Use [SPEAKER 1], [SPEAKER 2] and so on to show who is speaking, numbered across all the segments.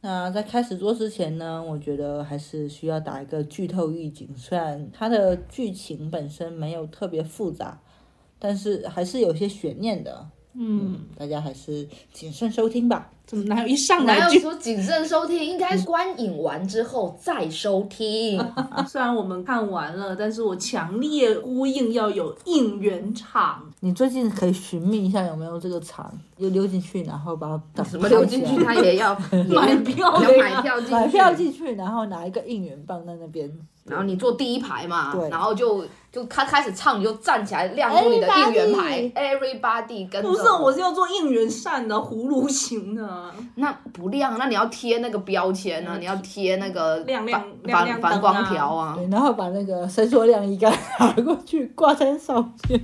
[SPEAKER 1] 那在开始做之前呢，我觉得还是需要打一个剧透预警。虽然它的剧情本身没有特别复杂，但是还是有些悬念的。
[SPEAKER 2] 嗯，
[SPEAKER 1] 大家还是谨慎收听吧。
[SPEAKER 2] 怎么 哪有一上
[SPEAKER 3] 哪
[SPEAKER 2] 来
[SPEAKER 3] 有
[SPEAKER 2] 就？
[SPEAKER 3] 说谨慎收听？应该是观影完之后再收 听。
[SPEAKER 2] 啊虽然我们看完了，但是我强烈呼应要有应援场。
[SPEAKER 1] 你最近可以寻觅一下有没有这个场，就溜进去，然后把它赶
[SPEAKER 3] 什么流进
[SPEAKER 1] 拍
[SPEAKER 3] 去
[SPEAKER 1] 起来
[SPEAKER 3] 他也 要
[SPEAKER 2] 买
[SPEAKER 3] 买
[SPEAKER 2] 票
[SPEAKER 3] 要买票进去，
[SPEAKER 1] 买票进去，然后拿一个应援棒在那边。
[SPEAKER 3] 然后你坐第一排嘛
[SPEAKER 1] 对，
[SPEAKER 3] 然后就就他开始唱，你就站起来亮出你的应援牌，Everybody 跟着。
[SPEAKER 2] 哎不是，我是要做应援扇的，葫芦形啊的，
[SPEAKER 3] 那不亮，那你要贴那个标签呢、啊，你要贴那个
[SPEAKER 2] 亮亮
[SPEAKER 3] 反
[SPEAKER 2] 亮亮
[SPEAKER 3] 反反
[SPEAKER 2] 灯啊
[SPEAKER 3] 光条啊。
[SPEAKER 1] 对，然后把那个 伸缩晾衣杆拿过去挂在上面。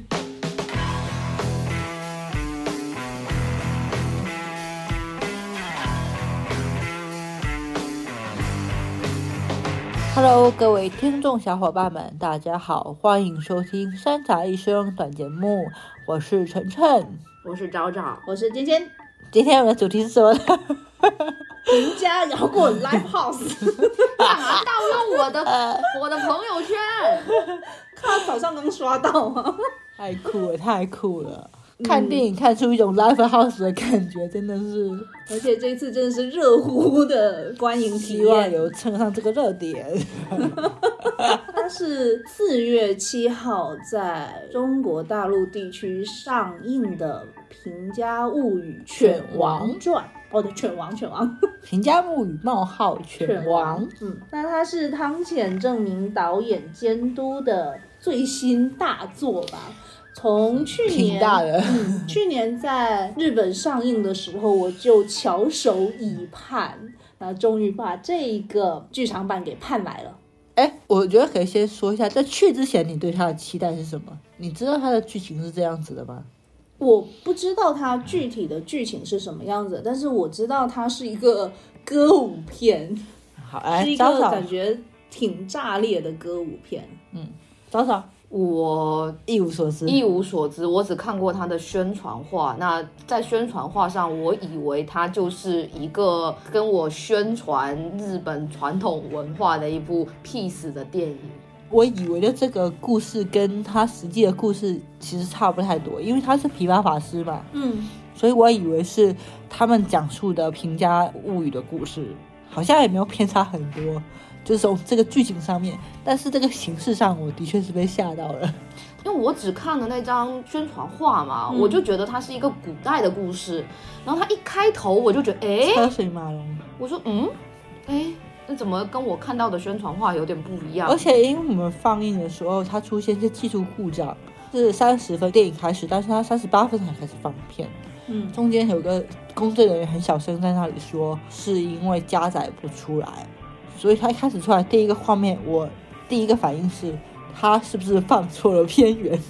[SPEAKER 1] Hello，各位听众小伙伴们，大家好，欢迎收听《三宅一生》短节目，我是晨晨。
[SPEAKER 3] 我是找找，
[SPEAKER 2] 我是尖尖，
[SPEAKER 1] 今天我们的主题是什么呢？
[SPEAKER 2] 人家摇滚 live house，
[SPEAKER 3] 干嘛盗用我的 我的朋 友圈？
[SPEAKER 2] 他早上刚刷到啊。
[SPEAKER 1] 太酷了，太酷了！ 嗯看电影看出一种 live house 的感觉，真的是
[SPEAKER 2] 而且这一次真的是热乎乎的观影体
[SPEAKER 1] 希望
[SPEAKER 2] 验。
[SPEAKER 1] 有蹭上这个热点。
[SPEAKER 2] 它是四月七号在中国大陆地区上映的《平家物语·犬王传》。哦，对，犬王，犬王，
[SPEAKER 1] 平家木与冒号犬王，。
[SPEAKER 2] 嗯，那它是汤浅证明导演监督的最新大作吧？从去
[SPEAKER 1] 挺
[SPEAKER 2] 年嗯
[SPEAKER 1] 大的。
[SPEAKER 2] 去年在日本上映的时候，我就翘首以盼，然后终于把这个剧场版给盼来了。
[SPEAKER 1] 哎，我觉得可以先说一下，在去之前你对他的期待是什么？你知道他的剧情是这样子的吗？
[SPEAKER 2] 我不知道它具体的剧情是什么样子，但是我知道它是一个歌舞片，
[SPEAKER 1] 好，来
[SPEAKER 2] 是一
[SPEAKER 1] 找
[SPEAKER 2] 个
[SPEAKER 1] 找
[SPEAKER 2] 感觉挺炸裂的歌舞片。
[SPEAKER 1] 找找，
[SPEAKER 3] 我
[SPEAKER 1] 一无所知。
[SPEAKER 3] 一无所知，我只看过他的宣传画。那在宣传画上，我以为它就是一个跟我宣传日本传统文化的一部 peace 的电影。
[SPEAKER 1] 我以为的这个故事跟他实际的故事其实差不太多，因为他是琵琶法师嘛，
[SPEAKER 2] 嗯，
[SPEAKER 1] 所以我以为是他们讲述的平家物语的故事，好像也没有偏差很多，就是从这个剧情上面，但是这个形式上，我的确是被吓到了。
[SPEAKER 3] 因为我只看了那张宣传画嘛，我
[SPEAKER 1] 嗯
[SPEAKER 3] 就觉得它是一个古代的故事。然后它一开头我就觉得，诶，
[SPEAKER 1] 车水马龙，
[SPEAKER 3] 我说嗯，诶，那怎么跟我看到的宣传画有点不一样？
[SPEAKER 1] 而且因为我们放映的时候，它出现一些技术故障，是三十分电影开始，但是它三十八分才开始放片。
[SPEAKER 2] 嗯，
[SPEAKER 1] 中间有个工作人员很小声在那里说，是因为加载不出来，所以他一开始出来第一个画面，我第一个反应是，他是不是放错了片源？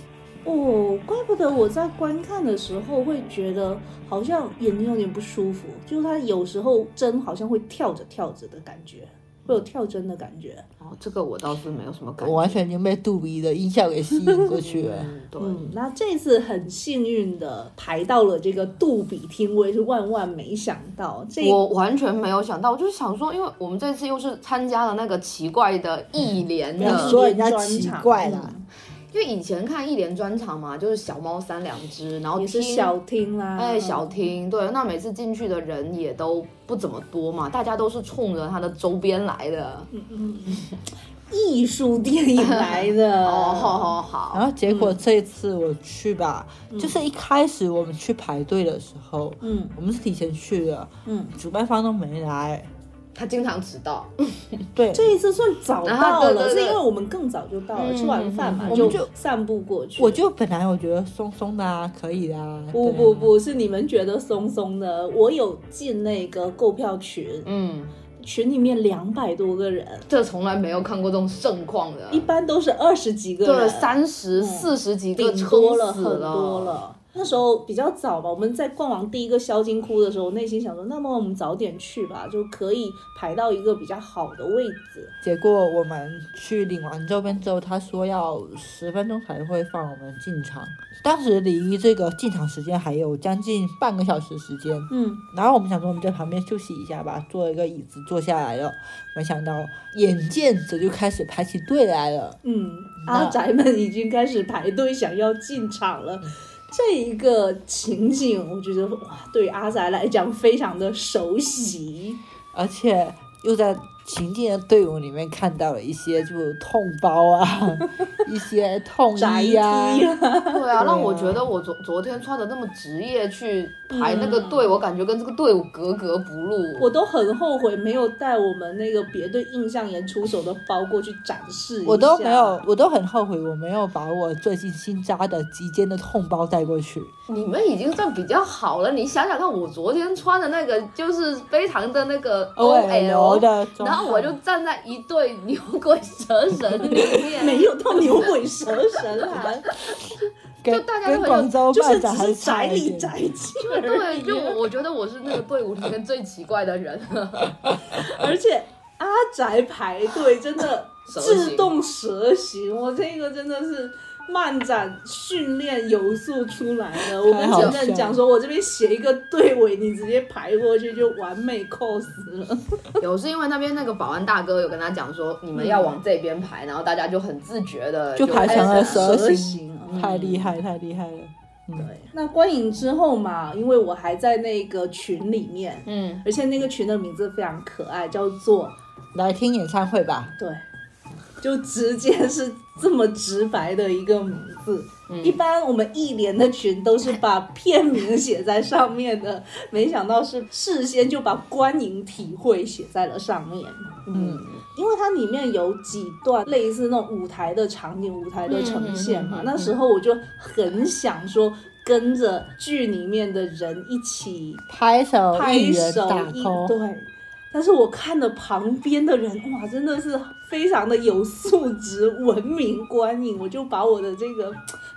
[SPEAKER 2] 哦，怪不得我在观看的时候会觉得好像眼睛有点不舒服，就是它有时候针好像会跳着跳着的感觉，会有跳针的感觉。
[SPEAKER 3] 哦，这个我倒是没有什么感
[SPEAKER 1] 我
[SPEAKER 3] 觉。
[SPEAKER 1] 完全已经被杜比的音效给吸引过去了。
[SPEAKER 3] 嗯，对。
[SPEAKER 2] 嗯，那这次很幸运的排到了这个杜比厅，我也是万万没想到，这
[SPEAKER 3] 我完全没有想到，我就是想说，因为我们这次又是参加了那个奇怪的艺联
[SPEAKER 1] 不要
[SPEAKER 3] 的，
[SPEAKER 1] 说人家奇怪啦
[SPEAKER 2] 了，
[SPEAKER 3] 因为以前看艺联专场嘛，就是小猫三两只，然后
[SPEAKER 2] 也是
[SPEAKER 3] 听
[SPEAKER 2] 小嗯厅啦，
[SPEAKER 3] 哎小厅，对，那每次进去的人也都不怎么多嘛，大家都是冲着它的周边来的。
[SPEAKER 2] 嗯艺术电影来的
[SPEAKER 3] 哦， 好好好，
[SPEAKER 2] 嗯
[SPEAKER 1] 然后结果这一次我去吧，就是一开始我们去排队的时候，
[SPEAKER 2] 嗯
[SPEAKER 1] 我们是提前去的，
[SPEAKER 2] 嗯，
[SPEAKER 1] 主办方都没来。
[SPEAKER 3] 他经常迟到，
[SPEAKER 1] 对，
[SPEAKER 2] 这一次算早到
[SPEAKER 3] 啊
[SPEAKER 2] 了，
[SPEAKER 3] 对对对
[SPEAKER 2] 是因为我们更早就到了，
[SPEAKER 3] 嗯
[SPEAKER 2] 吃完饭嘛、
[SPEAKER 3] 嗯嗯
[SPEAKER 1] 嗯我们
[SPEAKER 2] 就
[SPEAKER 1] 就
[SPEAKER 2] 散步过去。
[SPEAKER 1] 我就本来我觉得松松的啊，可以的啊。
[SPEAKER 2] 不
[SPEAKER 1] 对
[SPEAKER 2] 不
[SPEAKER 1] 啊，
[SPEAKER 2] 不是你们觉得松松的，我有进那个购票群，
[SPEAKER 3] 嗯，
[SPEAKER 2] 群里面两百多个人，
[SPEAKER 3] 这从来没有看过这种盛况的
[SPEAKER 2] 一，般都是二十几个
[SPEAKER 3] 对，
[SPEAKER 2] 人，嗯
[SPEAKER 3] 三十四十几个
[SPEAKER 2] 顶
[SPEAKER 3] 撑
[SPEAKER 2] 多了
[SPEAKER 3] 死
[SPEAKER 2] 很多了。那时候比较早吧，我们在逛完第一个萧金窟的时候，我内心想说，那么我们早点去吧，就可以排到一个比较好的位置。
[SPEAKER 1] 结果我们去领完照片之后，他说要十分钟才会放我们进场。当时离这个进场时间还有将近半个小时时间，
[SPEAKER 2] 嗯，
[SPEAKER 1] 然后我们想说我们在旁边休息一下吧，坐一个椅子坐下来了。没想到眼见着就开始排起队来了，
[SPEAKER 2] 嗯，
[SPEAKER 1] 那
[SPEAKER 2] 阿宅们已经开始排队想要进场了。这一个情景，我觉得哇，对于阿宅来讲非常的熟悉。
[SPEAKER 1] 而且又在行进的队伍里面看到了一些就是痛包啊， 一些痛
[SPEAKER 2] 宅
[SPEAKER 1] 衣啊，
[SPEAKER 2] T 啊，
[SPEAKER 3] 对啊，让我
[SPEAKER 1] 对啊
[SPEAKER 3] 觉得我昨昨天穿的那么职业去排那个队，我感觉跟这个队伍格格不入。
[SPEAKER 2] 我都很后悔没有带我们那个别对印象研出手的包过去展示一下。
[SPEAKER 1] 我都没有，我都很后悔我没有把我最近新扎的及肩的痛包带过去。
[SPEAKER 3] 你们已经算比较好了，你想想看，我昨天穿的那个就是非常的那个
[SPEAKER 1] 哦 OL 的装
[SPEAKER 3] 然后我就站在一对牛鬼蛇神里面，
[SPEAKER 2] 没有到牛鬼蛇 神来，
[SPEAKER 1] 跟
[SPEAKER 3] 就大家都
[SPEAKER 1] 跟
[SPEAKER 3] 很有
[SPEAKER 1] 广州
[SPEAKER 2] 就
[SPEAKER 1] 办
[SPEAKER 2] 是只
[SPEAKER 1] 展还
[SPEAKER 2] 是
[SPEAKER 1] 差
[SPEAKER 2] 宅
[SPEAKER 1] 一
[SPEAKER 2] 里
[SPEAKER 1] 点
[SPEAKER 2] 宅气而已。
[SPEAKER 3] 对，就我觉得我是那个队伍里面最奇怪的人。
[SPEAKER 2] 而且阿宅排队真的
[SPEAKER 3] 蛇形
[SPEAKER 2] 自动蛇形，我这个真的是。漫展训练有素出来的，我跟
[SPEAKER 1] 太好
[SPEAKER 2] 前任
[SPEAKER 1] 笑
[SPEAKER 2] 讲
[SPEAKER 1] 了
[SPEAKER 2] 说，我这边写一个队尾，你直接排过去就完美 cos 了。
[SPEAKER 3] 有是因为那边那个保安大哥有跟他讲说，你们要往这边排，然后大家就很自觉的
[SPEAKER 1] 就排
[SPEAKER 3] 哎
[SPEAKER 1] 成了
[SPEAKER 2] 蛇
[SPEAKER 1] 蛇
[SPEAKER 2] 形
[SPEAKER 1] 形
[SPEAKER 2] 嗯
[SPEAKER 1] 太厉害，太厉害了。嗯，
[SPEAKER 2] 对，那观影之后嘛，因为我还在那个群里面，
[SPEAKER 3] 嗯，
[SPEAKER 2] 而且那个群的名字非常可爱，叫做
[SPEAKER 1] 来听演唱会吧。
[SPEAKER 2] 对，就直接是这么直白的一个名字。
[SPEAKER 3] 嗯
[SPEAKER 2] 一般我们一连的群都是把片名写在上面的，没想到是事先就把观影体会写在了上面。
[SPEAKER 1] 嗯，
[SPEAKER 2] 因为它里面有几段类似那种舞台的场景、舞台的呈现嘛，
[SPEAKER 3] 嗯嗯嗯嗯嗯
[SPEAKER 2] 那时候我就很想说跟着剧里面的人一起
[SPEAKER 1] 拍手
[SPEAKER 2] 拍
[SPEAKER 1] 一呃人
[SPEAKER 2] 手
[SPEAKER 1] 打
[SPEAKER 2] 一
[SPEAKER 1] call，
[SPEAKER 2] 对。但是我看的旁边的人，哇，真的是非常的有素质、 文明观影，我就把我的这个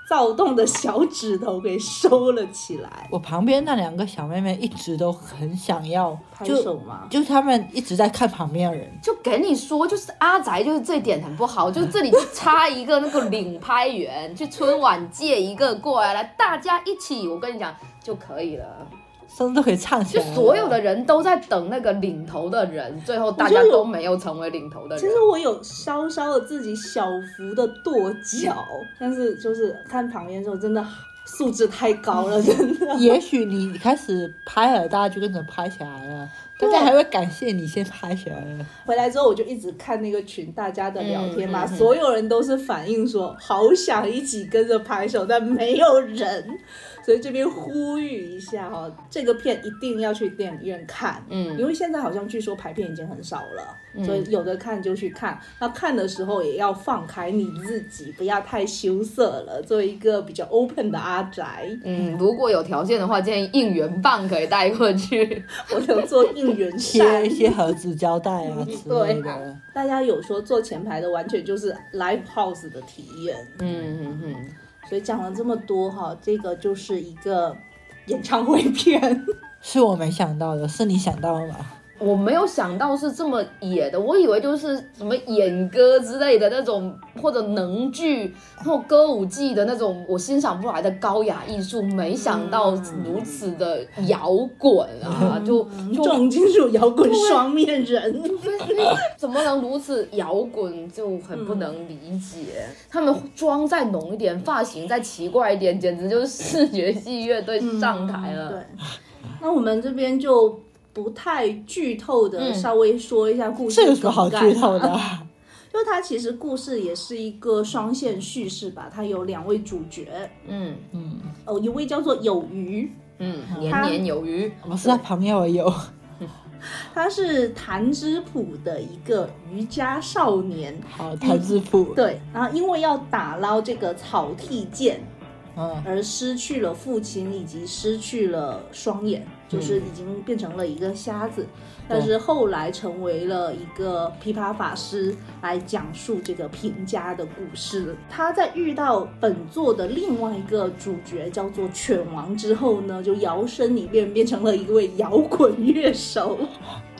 [SPEAKER 2] 躁动的小指头给收了起来。
[SPEAKER 1] 我旁边那两个小妹妹一直都很想要，
[SPEAKER 2] 拍
[SPEAKER 1] 就
[SPEAKER 2] 手嘛，
[SPEAKER 1] 就他们一直在看旁边的人。
[SPEAKER 3] 就给你说，就是阿宅就是这点很不 好，就这里就差一个那个领拍员，去春晚借一个过来，来大家一起，我跟你讲就可以了。
[SPEAKER 1] 甚至都可以唱起
[SPEAKER 3] 就
[SPEAKER 1] 来了。
[SPEAKER 3] 所有的人都在等那个领头的人，最后大家都没有成为领头的
[SPEAKER 2] 其
[SPEAKER 3] 人
[SPEAKER 2] 实。我有稍稍的自己小幅的跺脚，但是就是看旁边的时候，真的素质太高了，真的。
[SPEAKER 1] 也许你开始拍了，大家就跟着拍起来了，大
[SPEAKER 2] 对
[SPEAKER 1] 家还会感谢你先拍起来了。
[SPEAKER 2] 回来之后，我就一直看那个群大家的聊天嘛，
[SPEAKER 3] 嗯嗯嗯
[SPEAKER 2] 所有人都是反映说好想一起跟着拍手，但没有人，所以这边呼吁一下哈、哦，这个片一定要去电影院看。因
[SPEAKER 3] 嗯，
[SPEAKER 2] 为现在好像据说排片已经很少了，所以有的看就去看。那看的时候也要放开你自己，不要太羞涩了，做一个比较 open 的阿宅。
[SPEAKER 3] 嗯，如果有条件的话，建议应援棒可以带过去。
[SPEAKER 2] 我有做应 援扇
[SPEAKER 1] 贴，一些盒子胶带啊之类
[SPEAKER 2] 对
[SPEAKER 1] 的。
[SPEAKER 2] 大家有说坐前排的完全就是 live house 的体验。
[SPEAKER 3] 嗯嗯嗯，
[SPEAKER 2] 所以讲了这么多哈，这个就是一个演唱会 片，
[SPEAKER 1] 是我没想到的，是你想到了吗？
[SPEAKER 3] 我没有想到是这么野的，我以为就是什么演歌之类的那种，或者能剧或歌舞伎的那种，我欣赏不来的高雅艺术，没想到如此的摇滚啊！就就
[SPEAKER 2] 嗯重金属摇滚双面人。
[SPEAKER 3] 怎么能如此摇滚，就很不能理解。他们妆再浓一点，发型再奇怪一点，简直就是 视觉系乐队上台
[SPEAKER 2] 嗯
[SPEAKER 3] 了。
[SPEAKER 2] 对，那我们这边就不太剧透的，
[SPEAKER 3] 嗯
[SPEAKER 2] 稍微说一下故事、
[SPEAKER 1] 这有什么好剧透的？啊？
[SPEAKER 2] 就它其实故事也是一个双线叙事吧，它有两位主角，
[SPEAKER 3] 嗯
[SPEAKER 1] 嗯，
[SPEAKER 2] 哦，一位叫做有鱼，
[SPEAKER 3] 嗯，年年有余。
[SPEAKER 1] 我是在旁边我有，
[SPEAKER 2] 他是谭之浦的一个瑜伽少年。
[SPEAKER 1] 好谭志富，
[SPEAKER 2] 对，然后因为要打捞这个草剃剑，
[SPEAKER 1] 嗯，
[SPEAKER 2] 而失去了父亲，以及失去了双眼，就是已经变成了一个瞎子，但是后来成为了一个琵琶法师来讲述这个平家的故事。他在遇到本作的另外一个主角叫做犬王之后呢，就摇身一变变成了一位摇滚乐手。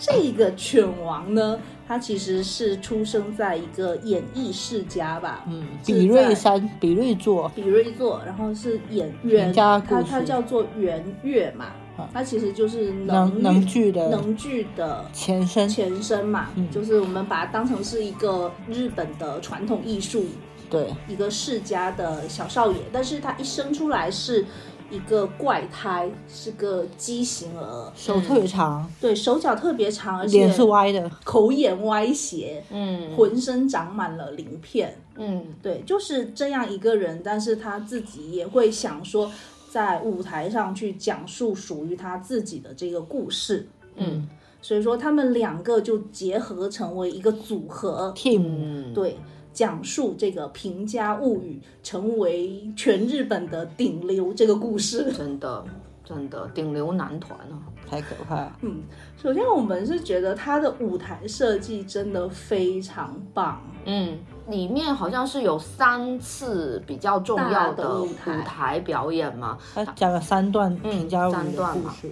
[SPEAKER 2] 这个犬王呢，他其实是出生在一个演艺世家吧，
[SPEAKER 1] 嗯，
[SPEAKER 2] 是
[SPEAKER 1] 比瑞
[SPEAKER 2] 在
[SPEAKER 1] 山，比瑞座，
[SPEAKER 2] 比瑞座，然后是演圆，
[SPEAKER 1] 人家
[SPEAKER 2] 他
[SPEAKER 1] 的故事
[SPEAKER 2] 他叫做圆月嘛
[SPEAKER 1] 啊，
[SPEAKER 2] 他其实就是
[SPEAKER 1] 能能剧的
[SPEAKER 2] 能剧的
[SPEAKER 1] 前身，
[SPEAKER 2] 前身嘛，
[SPEAKER 1] 嗯
[SPEAKER 2] 就是我们把它当成是一个日本的传统艺术，
[SPEAKER 1] 对，
[SPEAKER 2] 一个世家的小少爷，但是他一生出来是一个怪胎，是个畸形儿，
[SPEAKER 1] 手特别长，
[SPEAKER 2] 对手脚特别长，而且
[SPEAKER 1] 脸是歪的，
[SPEAKER 2] 口眼歪斜，
[SPEAKER 3] 嗯
[SPEAKER 2] 浑身长满了鳞片。
[SPEAKER 3] 嗯，
[SPEAKER 2] 对，就是这样一个人，但是他自己也会想说，在舞台上去讲述属于他自己的这个故事。
[SPEAKER 3] 嗯，
[SPEAKER 2] 所以说他们两个就结合成为一个组合，
[SPEAKER 1] team，
[SPEAKER 3] 嗯
[SPEAKER 2] 对，讲述这个平家物语，成为全日本的顶流这个故事。
[SPEAKER 3] 真的真的顶流男团啊，
[SPEAKER 1] 太可怕了，
[SPEAKER 2] 嗯，首先我们是觉得他的舞台设计真的非常棒，
[SPEAKER 3] 嗯，里面好像是有三次比较重要
[SPEAKER 2] 大的
[SPEAKER 3] 的
[SPEAKER 2] 舞
[SPEAKER 3] 舞
[SPEAKER 2] 台
[SPEAKER 3] 台表演嘛，
[SPEAKER 1] 他讲了三段评价我
[SPEAKER 3] 三
[SPEAKER 1] 们的
[SPEAKER 3] 段
[SPEAKER 1] 故
[SPEAKER 3] 嘛
[SPEAKER 1] 事，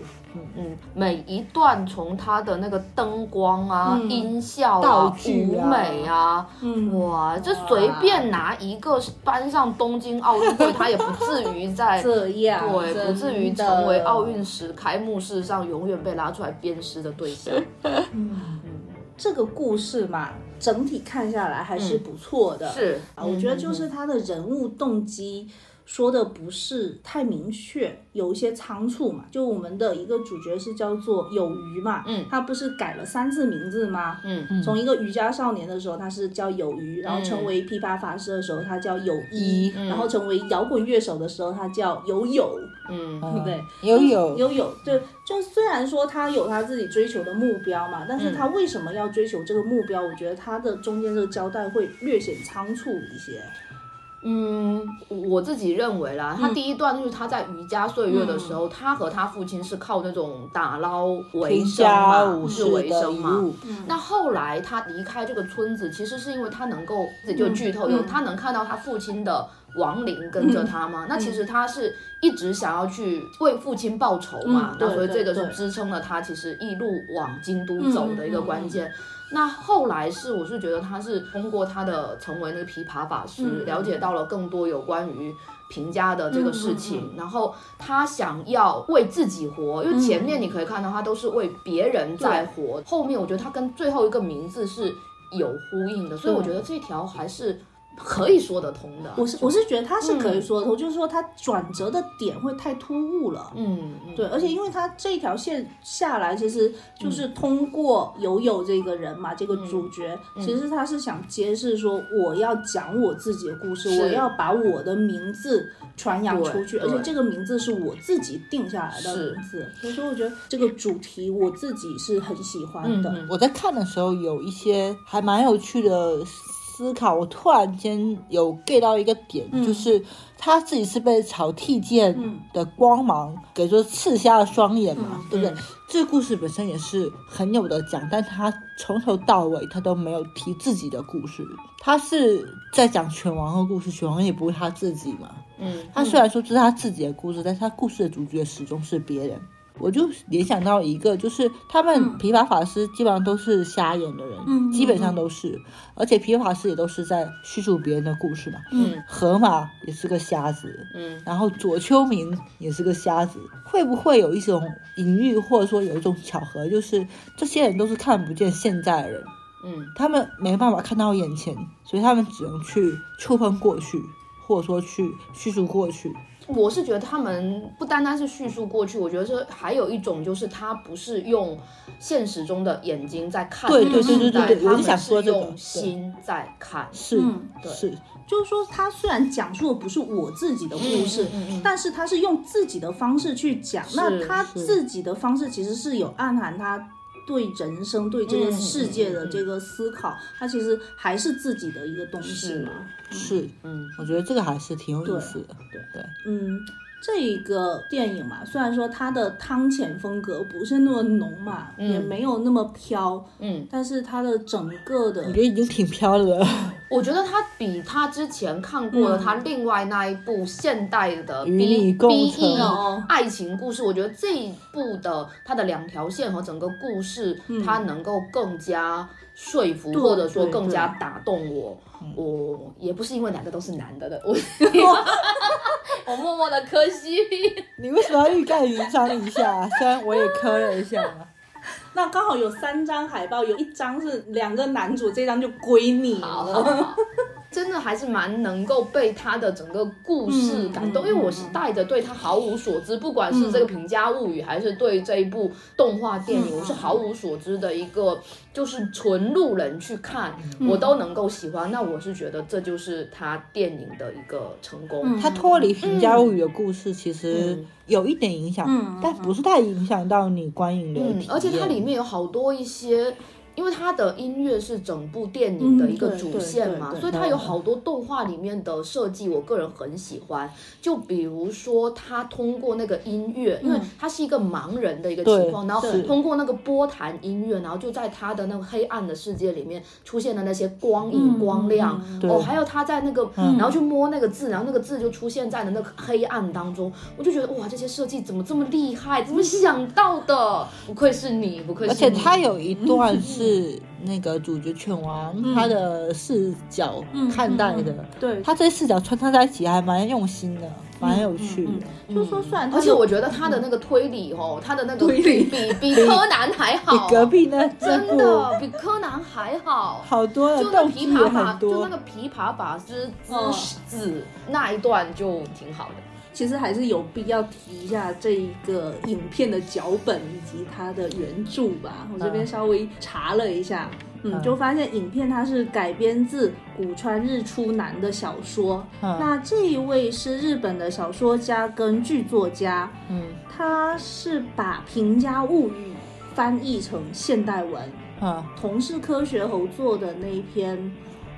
[SPEAKER 3] 嗯，每一段从它的那个灯光啊、
[SPEAKER 2] 嗯
[SPEAKER 3] 音效
[SPEAKER 1] 道
[SPEAKER 3] 啊、
[SPEAKER 1] 具啊
[SPEAKER 3] 舞美啊，
[SPEAKER 2] 嗯，
[SPEAKER 3] 哇，这随便拿一个搬上东京奥运会，它也不至 于在。
[SPEAKER 2] 这样
[SPEAKER 3] 对，不至于
[SPEAKER 2] 真的
[SPEAKER 3] 成为奥运时开幕式上永远被拉出来鞭尸的对象。
[SPEAKER 2] 嗯这个故事嘛，整体看下来还是不错的。
[SPEAKER 3] 嗯是，
[SPEAKER 2] 啊，我觉得就是他的人物动机说的不是太明确，有一些仓促嘛。就我们的一个主角是叫做有余嘛，
[SPEAKER 3] 嗯
[SPEAKER 2] 他不是改了三次名字吗？
[SPEAKER 3] 嗯
[SPEAKER 2] 从一个瑜伽少年的时候，他是叫有余，然后成为琵琶法师的时候，他叫有一，然后成为摇滚乐手的时候，他叫有有，
[SPEAKER 3] 嗯
[SPEAKER 1] 嗯
[SPEAKER 2] 对，
[SPEAKER 1] 有有
[SPEAKER 2] 有有，就就虽然说他有他自己追求的目标嘛，但
[SPEAKER 1] 嗯
[SPEAKER 2] 是他为什么要追求这个目标？我觉得他的中间这个交代会略显仓促一些。
[SPEAKER 3] 嗯，我自己认为啦，他第一段就是他在瑜伽岁月的时候，他和他父亲是靠那种打捞为
[SPEAKER 1] 评
[SPEAKER 3] 生嘛
[SPEAKER 1] 价，武
[SPEAKER 3] 是
[SPEAKER 1] 士
[SPEAKER 3] 为
[SPEAKER 1] 的
[SPEAKER 3] 生
[SPEAKER 1] 遗
[SPEAKER 3] 嘛。
[SPEAKER 1] 物，
[SPEAKER 2] 嗯
[SPEAKER 3] 那后来他离开这个村子，其实是因为他能够，这就剧透，
[SPEAKER 2] 嗯
[SPEAKER 3] 有
[SPEAKER 2] 嗯
[SPEAKER 3] 他能看到他父亲的亡灵跟着他嘛。那其实他是一直想要去为父亲报仇嘛
[SPEAKER 2] 嗯，
[SPEAKER 3] 那
[SPEAKER 2] 对
[SPEAKER 3] 所以这个
[SPEAKER 2] 对
[SPEAKER 3] 是
[SPEAKER 2] 对嗯
[SPEAKER 3] 支撑了他其实一路往京都走的一个关键。那后来是，我是觉得他是通过他的成为那个琵琶法师，
[SPEAKER 2] 嗯嗯
[SPEAKER 3] 了解到了更多有关于平家的这个事情，
[SPEAKER 2] 嗯嗯
[SPEAKER 3] 然后他想要为自己活，因为前面你可以看到他都是为别人在活，后面我觉得他跟最后一个名字是有呼应的，所以我觉得这条还是可以说得通的。
[SPEAKER 2] 我是我是觉得他是
[SPEAKER 1] 嗯
[SPEAKER 2] 可以说的，我就是说他转折的点会太突兀了。
[SPEAKER 3] 嗯，嗯
[SPEAKER 2] 对，而且因为他这条线下来，其实就是
[SPEAKER 3] 嗯
[SPEAKER 2] 通过友友这个人嘛，这个主角，
[SPEAKER 3] 嗯
[SPEAKER 2] 其实他是想揭示说，我要讲我自己的故事，
[SPEAKER 3] 是
[SPEAKER 2] 我要把我的名字传扬出去，
[SPEAKER 3] 对
[SPEAKER 2] 而且
[SPEAKER 3] 对
[SPEAKER 2] 这个名字是我自己定下来的
[SPEAKER 3] 是
[SPEAKER 2] 名字，所以说我觉得这个主题我自己是很喜欢
[SPEAKER 3] 嗯
[SPEAKER 2] 的。
[SPEAKER 3] 嗯
[SPEAKER 1] 我在看的时候有一些还蛮有趣的思考，我突然间有 get 到一个点，
[SPEAKER 2] 嗯
[SPEAKER 1] 就是他自己是被草剃剑的光芒给做刺瞎了双眼嘛，
[SPEAKER 2] 嗯
[SPEAKER 1] 对不对？这故事本身也是很有的讲，但他从头到尾他都没有提自己的故事，他是在讲拳王的故事，拳王也不是他自己嘛，
[SPEAKER 3] 嗯
[SPEAKER 1] 他虽然说这是他自己的故事，但是他故事的主角始终是别人。我就联想到一个，就是他们琵琶法师基本上都是瞎眼的人，
[SPEAKER 2] 嗯
[SPEAKER 1] 基本上都是，而且琵琶法师也都是在叙述别人的故事嘛。
[SPEAKER 2] 嗯
[SPEAKER 1] 河马也是个瞎子，
[SPEAKER 3] 嗯
[SPEAKER 1] 然后左丘明也是个瞎子，会不会有一种隐喻，或者说有一种巧合，就是这些人都是看不见现在的人，
[SPEAKER 3] 嗯
[SPEAKER 1] 他们没办法看到眼前，所以他们只能去触碰过去，或者说去叙述过去。
[SPEAKER 3] 我是觉得他们不单单是叙述过去，我觉得是还有一种就是他不是用现实中的眼睛在看
[SPEAKER 1] 对
[SPEAKER 3] 这
[SPEAKER 2] 对
[SPEAKER 3] 个
[SPEAKER 2] 对
[SPEAKER 3] 时代
[SPEAKER 2] 对对
[SPEAKER 1] 对我就
[SPEAKER 3] 他们
[SPEAKER 1] 想说
[SPEAKER 3] 是
[SPEAKER 1] 这个
[SPEAKER 3] 用
[SPEAKER 1] 对
[SPEAKER 3] 心在看。
[SPEAKER 1] 是、
[SPEAKER 2] 嗯
[SPEAKER 3] 对
[SPEAKER 1] 是，
[SPEAKER 2] 就是说，他虽然讲述的不是我自己的故事，
[SPEAKER 3] 嗯嗯嗯嗯
[SPEAKER 2] 但是他是用自己的方式去讲。那他
[SPEAKER 1] 是
[SPEAKER 2] 自己的方式其实是有暗含他对人生、对这个
[SPEAKER 3] 嗯
[SPEAKER 2] 世界的
[SPEAKER 3] 嗯嗯
[SPEAKER 2] 这个思考，他其实还是自己的一个东西嘛。
[SPEAKER 1] 是，
[SPEAKER 3] 嗯
[SPEAKER 1] 我觉得这个还是挺有
[SPEAKER 2] 对
[SPEAKER 1] 意思的。对，
[SPEAKER 2] 嗯，这一个电影嘛，虽然说它的汤浅风格不是那么浓嘛，
[SPEAKER 3] 嗯
[SPEAKER 2] 也没有那么飘，
[SPEAKER 3] 嗯，
[SPEAKER 2] 但是它的整个的
[SPEAKER 1] 我觉得已经挺飘的了。
[SPEAKER 3] 我觉得他比他之前看过的他另外那一部现代的
[SPEAKER 1] 与
[SPEAKER 3] B
[SPEAKER 1] 你共
[SPEAKER 3] B
[SPEAKER 1] 存
[SPEAKER 3] E
[SPEAKER 2] 哦
[SPEAKER 3] 爱情故事，我觉得这一部的它的两条线和整个故事，它能够更加说服
[SPEAKER 2] 对
[SPEAKER 3] 或者说
[SPEAKER 2] 对
[SPEAKER 3] 更加
[SPEAKER 2] 对
[SPEAKER 3] 打动我。我也不是因为两个都是男的的，我我默默的磕 CP。
[SPEAKER 1] 你为什么要欲盖弥彰一下？虽然我也磕了一下，
[SPEAKER 2] 那刚好有三张海报，有一张是两个男主，这张就归你
[SPEAKER 3] 好
[SPEAKER 2] 了。
[SPEAKER 3] 好好 真的还是蛮能够被他的整个故事感
[SPEAKER 2] 嗯
[SPEAKER 3] 动，
[SPEAKER 2] 嗯
[SPEAKER 3] 因为我是带着对他毫无所知，不管是这个《平家物语》还是对这一部动画电影，
[SPEAKER 2] 嗯
[SPEAKER 3] 我是毫无所知的一个就是纯路人去看，
[SPEAKER 2] 嗯
[SPEAKER 3] 我都能够喜欢。那我是觉得这就是他电影的一个成功
[SPEAKER 2] 嗯。
[SPEAKER 1] 它脱离《平家物语》的故事其实有一点影响，
[SPEAKER 2] 嗯
[SPEAKER 1] 但不是太影响到你观影的体
[SPEAKER 3] 嗯
[SPEAKER 1] 验。，
[SPEAKER 3] 而且它里面有好多一些。因为它的音乐是整部电影的一个
[SPEAKER 2] 嗯对
[SPEAKER 3] 主
[SPEAKER 2] 对
[SPEAKER 3] 线
[SPEAKER 2] 对
[SPEAKER 3] 嘛，
[SPEAKER 2] 对
[SPEAKER 3] 所以它有好多动画里面的设计，我个人很喜欢。就比如说，它通过那个音
[SPEAKER 2] 嗯
[SPEAKER 3] 乐，因为它是一个盲人的一个情况，然后
[SPEAKER 1] 是
[SPEAKER 3] 通过那个波弹音乐，然后就在他的那个黑暗的世界里面出现了那些光影、
[SPEAKER 2] 嗯
[SPEAKER 3] 光亮。
[SPEAKER 2] 嗯
[SPEAKER 1] 对嗯
[SPEAKER 3] 哦，还有他在那个，然后去摸那个字，然后那个字就出现在了那个黑暗当中。我就觉得哇，这些设计怎么这么厉害？怎么想到的？不愧是你，不愧是
[SPEAKER 1] 而
[SPEAKER 3] 你。
[SPEAKER 1] 且它有一 段是那个主角犬王、他的视角看待的，
[SPEAKER 2] 对，
[SPEAKER 1] 他这些视角穿插在一起还蛮用心的，蛮有趣的。
[SPEAKER 2] 嗯就说虽然它
[SPEAKER 3] 而且
[SPEAKER 2] 有
[SPEAKER 3] 我觉得他的那个推理哦，他的那个
[SPEAKER 2] 推理
[SPEAKER 3] 比比比柯南还好，
[SPEAKER 1] 比隔壁那这
[SPEAKER 3] 真
[SPEAKER 1] 部
[SPEAKER 3] 的比柯南还好。
[SPEAKER 1] 好多了，
[SPEAKER 3] 就那个
[SPEAKER 1] 动
[SPEAKER 3] 琵
[SPEAKER 1] 机也
[SPEAKER 3] 琶法，
[SPEAKER 1] 很
[SPEAKER 3] 就
[SPEAKER 1] 多
[SPEAKER 3] 那。个琵琶法师
[SPEAKER 2] 嗯
[SPEAKER 3] 之子那一段就挺好的。
[SPEAKER 2] 其实还是有必要提一下这一个影片的脚本以及它的原著吧。我这边稍微查了一下，嗯，
[SPEAKER 1] 嗯
[SPEAKER 2] 就发现影片它是改编自古川日出男的小说。
[SPEAKER 1] 嗯
[SPEAKER 2] 那这一位是日本的小说家跟剧作家，
[SPEAKER 1] 嗯
[SPEAKER 2] 他是把《平家物语》翻译成现代文。
[SPEAKER 1] 嗯
[SPEAKER 2] 同是科学猴做的那一篇《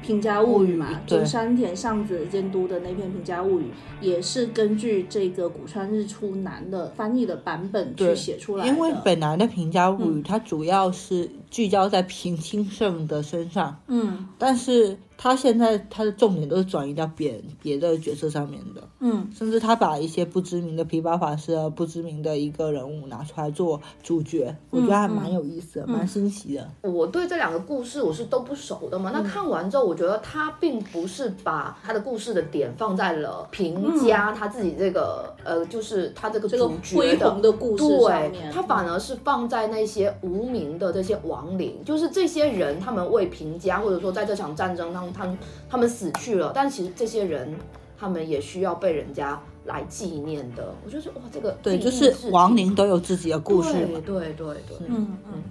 [SPEAKER 2] 平家物语》嘛
[SPEAKER 1] 物语，对
[SPEAKER 2] 就山田尚子监督的那篇《平家物语》，也是根据这个古川日出男的翻译的版本去
[SPEAKER 1] 对
[SPEAKER 2] 写出来的。
[SPEAKER 1] 因为本来的《平家物语》它主要是聚焦在平清盛的身上，
[SPEAKER 2] 嗯
[SPEAKER 1] 但是他现在他的重点都是转移到别别的角色上面的，
[SPEAKER 2] 嗯
[SPEAKER 1] 甚至他把一些不知名的琵琶法师啊、不知名的一个人物拿出来做主角，我觉得还
[SPEAKER 3] 嗯
[SPEAKER 1] 蛮有意思的，蛮新奇的。
[SPEAKER 3] 我对这两个故事我是都不熟的嘛。那看完之后，我觉得他并不是把他的故事的点放在了平家他自己这个、呃，就是他这个
[SPEAKER 2] 这个
[SPEAKER 3] 主角
[SPEAKER 2] 恢宏的故事上
[SPEAKER 3] 对
[SPEAKER 2] 面，，
[SPEAKER 3] 他反而是放在那些无名的这些亡灵，就是这些人，他们为平家或者说在这场战争当中，他们他们死去了，但其实这些人，他们也需要被人家来纪念的。我就是哇，这个
[SPEAKER 1] 对，
[SPEAKER 3] 意义
[SPEAKER 1] 就是
[SPEAKER 3] 挺
[SPEAKER 1] 亡灵都有自己的故事
[SPEAKER 3] 对
[SPEAKER 1] 嘛。
[SPEAKER 3] 对对对，
[SPEAKER 2] 嗯嗯。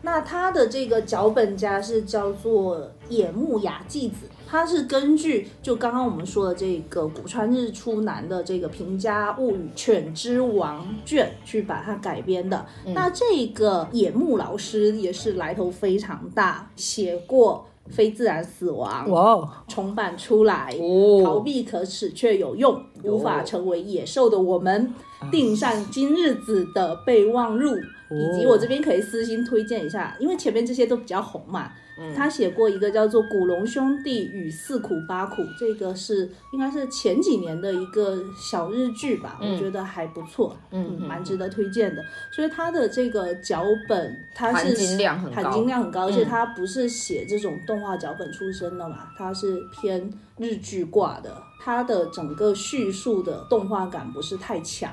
[SPEAKER 2] 那他的这个脚本家是叫做野木雅纪子，他是根据就刚刚我们说的这个古川日出男的这个《平家物语犬之王卷》去把它改编的。那这个野木老师也是来头非常大，写过《非自然死亡》
[SPEAKER 1] 哇哦，
[SPEAKER 2] 重版出来，
[SPEAKER 3] 哦
[SPEAKER 2] 逃避可耻却有用，无法成为野兽的我们，
[SPEAKER 3] 啊
[SPEAKER 2] 定上今日子的备忘录，
[SPEAKER 3] 哦
[SPEAKER 2] 以及我这边可以私心推荐一下，因为前面这些都比较红嘛。
[SPEAKER 3] 嗯
[SPEAKER 2] 他写过一个叫做《古龙兄弟与四苦八苦》，这个是应该是前几年的一个小日剧吧，我觉得还不错，嗯，蛮值得推荐的。所以他的这个脚本，他是
[SPEAKER 3] 含金量很高
[SPEAKER 2] 含金量很高，而且
[SPEAKER 3] 嗯
[SPEAKER 2] 他不是写这种动画脚本出身的嘛，他是偏日剧挂的，他的整个叙述的动画感不是太强。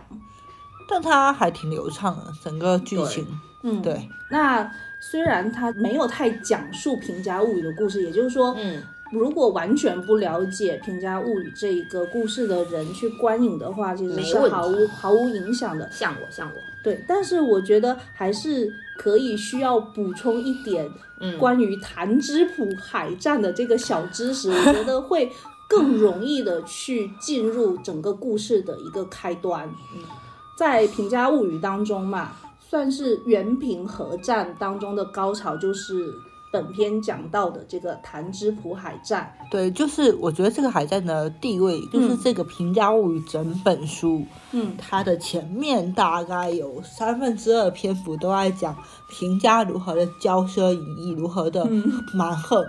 [SPEAKER 1] 但他还挺流畅的，整个剧情。
[SPEAKER 2] 嗯，
[SPEAKER 1] 对。
[SPEAKER 2] 那虽然他没有太讲述平家物语的故事，也就是说，
[SPEAKER 3] 嗯
[SPEAKER 2] 如果完全不了解平家物语这一个故事的人去观影的话，其实
[SPEAKER 3] 没
[SPEAKER 2] 是
[SPEAKER 3] 问题
[SPEAKER 2] 毫无毫无影响的。
[SPEAKER 3] 像我像我，
[SPEAKER 2] 对，但是我觉得还是可以需要补充一点
[SPEAKER 1] 嗯
[SPEAKER 2] 关于潭之浦海战的这个小知识，我觉得会更容易的去进入整个故事的一个开端。
[SPEAKER 1] 嗯
[SPEAKER 2] 在《平家物语》当中嘛，算是原平和战当中的高潮，就是本片讲到的这个潭之浦海战。
[SPEAKER 1] 对，就是我觉得这个海战的地位，就是这个《平家物语》整本书，
[SPEAKER 2] 嗯，
[SPEAKER 1] 它的前面大概有三分之二篇幅都在讲平家如何的骄奢淫逸，如何的
[SPEAKER 2] 嗯
[SPEAKER 1] 蛮 横，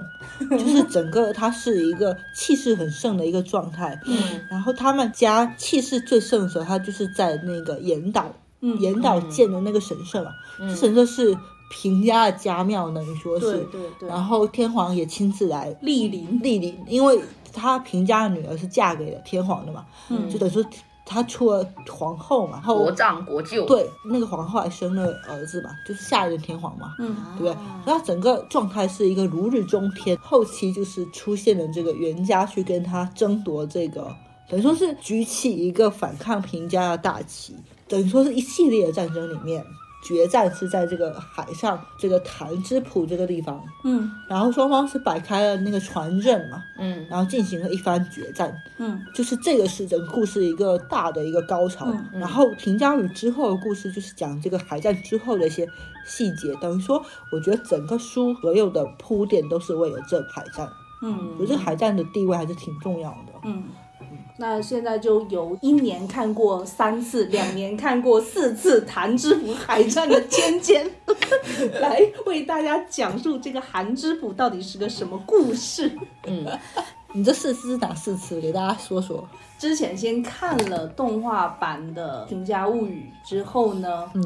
[SPEAKER 1] 就是整个它是一个气势很盛的一个状态。
[SPEAKER 3] 嗯
[SPEAKER 1] 然后他们家气势最盛的时候，他就是在那个岩岛，
[SPEAKER 2] 嗯
[SPEAKER 1] 岩岛建的那个神社嘛，
[SPEAKER 3] 嗯
[SPEAKER 1] 这神社是平家的家庙，等于说
[SPEAKER 2] 对
[SPEAKER 1] 是。
[SPEAKER 2] 对对，
[SPEAKER 1] 然后天皇也亲自来
[SPEAKER 2] 莅临
[SPEAKER 1] 莅临，因为他平家的女儿是嫁给了天皇的嘛，
[SPEAKER 2] 嗯
[SPEAKER 1] 就等于说他出了皇后嘛，然后
[SPEAKER 3] 国丈国舅，
[SPEAKER 1] 对那个皇后还生了儿子嘛，就是下一任天皇嘛，
[SPEAKER 2] 嗯
[SPEAKER 3] 啊
[SPEAKER 1] 对不对？
[SPEAKER 3] 哦
[SPEAKER 1] 所以他整个状态是一个如日中天。后期就是出现了这个袁家去跟他争夺这个，等于说是举起一个反抗平家的大旗，等于说是一系列的战争里面。决战是在这个海上，这个潭之浦这个地方，
[SPEAKER 2] 嗯
[SPEAKER 1] 然后双方是摆开了那个船阵嘛，
[SPEAKER 3] 嗯
[SPEAKER 1] 然后进行了一番决战，
[SPEAKER 2] 嗯
[SPEAKER 1] 就是这个是整个故事一个大的一个高潮。
[SPEAKER 2] 嗯
[SPEAKER 1] 然后平家与之后的故事就是讲这个海战之后的一些细节，等于说我觉得整个书所有的铺垫都是为了这海战，
[SPEAKER 2] 嗯
[SPEAKER 1] 我觉得这海战的地位还是挺重要的。
[SPEAKER 2] 嗯。那现在就由一年看过三次、两年看过四次《谭之浦海战》的尖尖 来为大家讲述这个韩之浦到底是个什么故事。
[SPEAKER 3] 嗯
[SPEAKER 1] 你这四次是哪四次？给大家说说。
[SPEAKER 2] 之前先看了动画版的《平家物语》之后呢，
[SPEAKER 1] 嗯，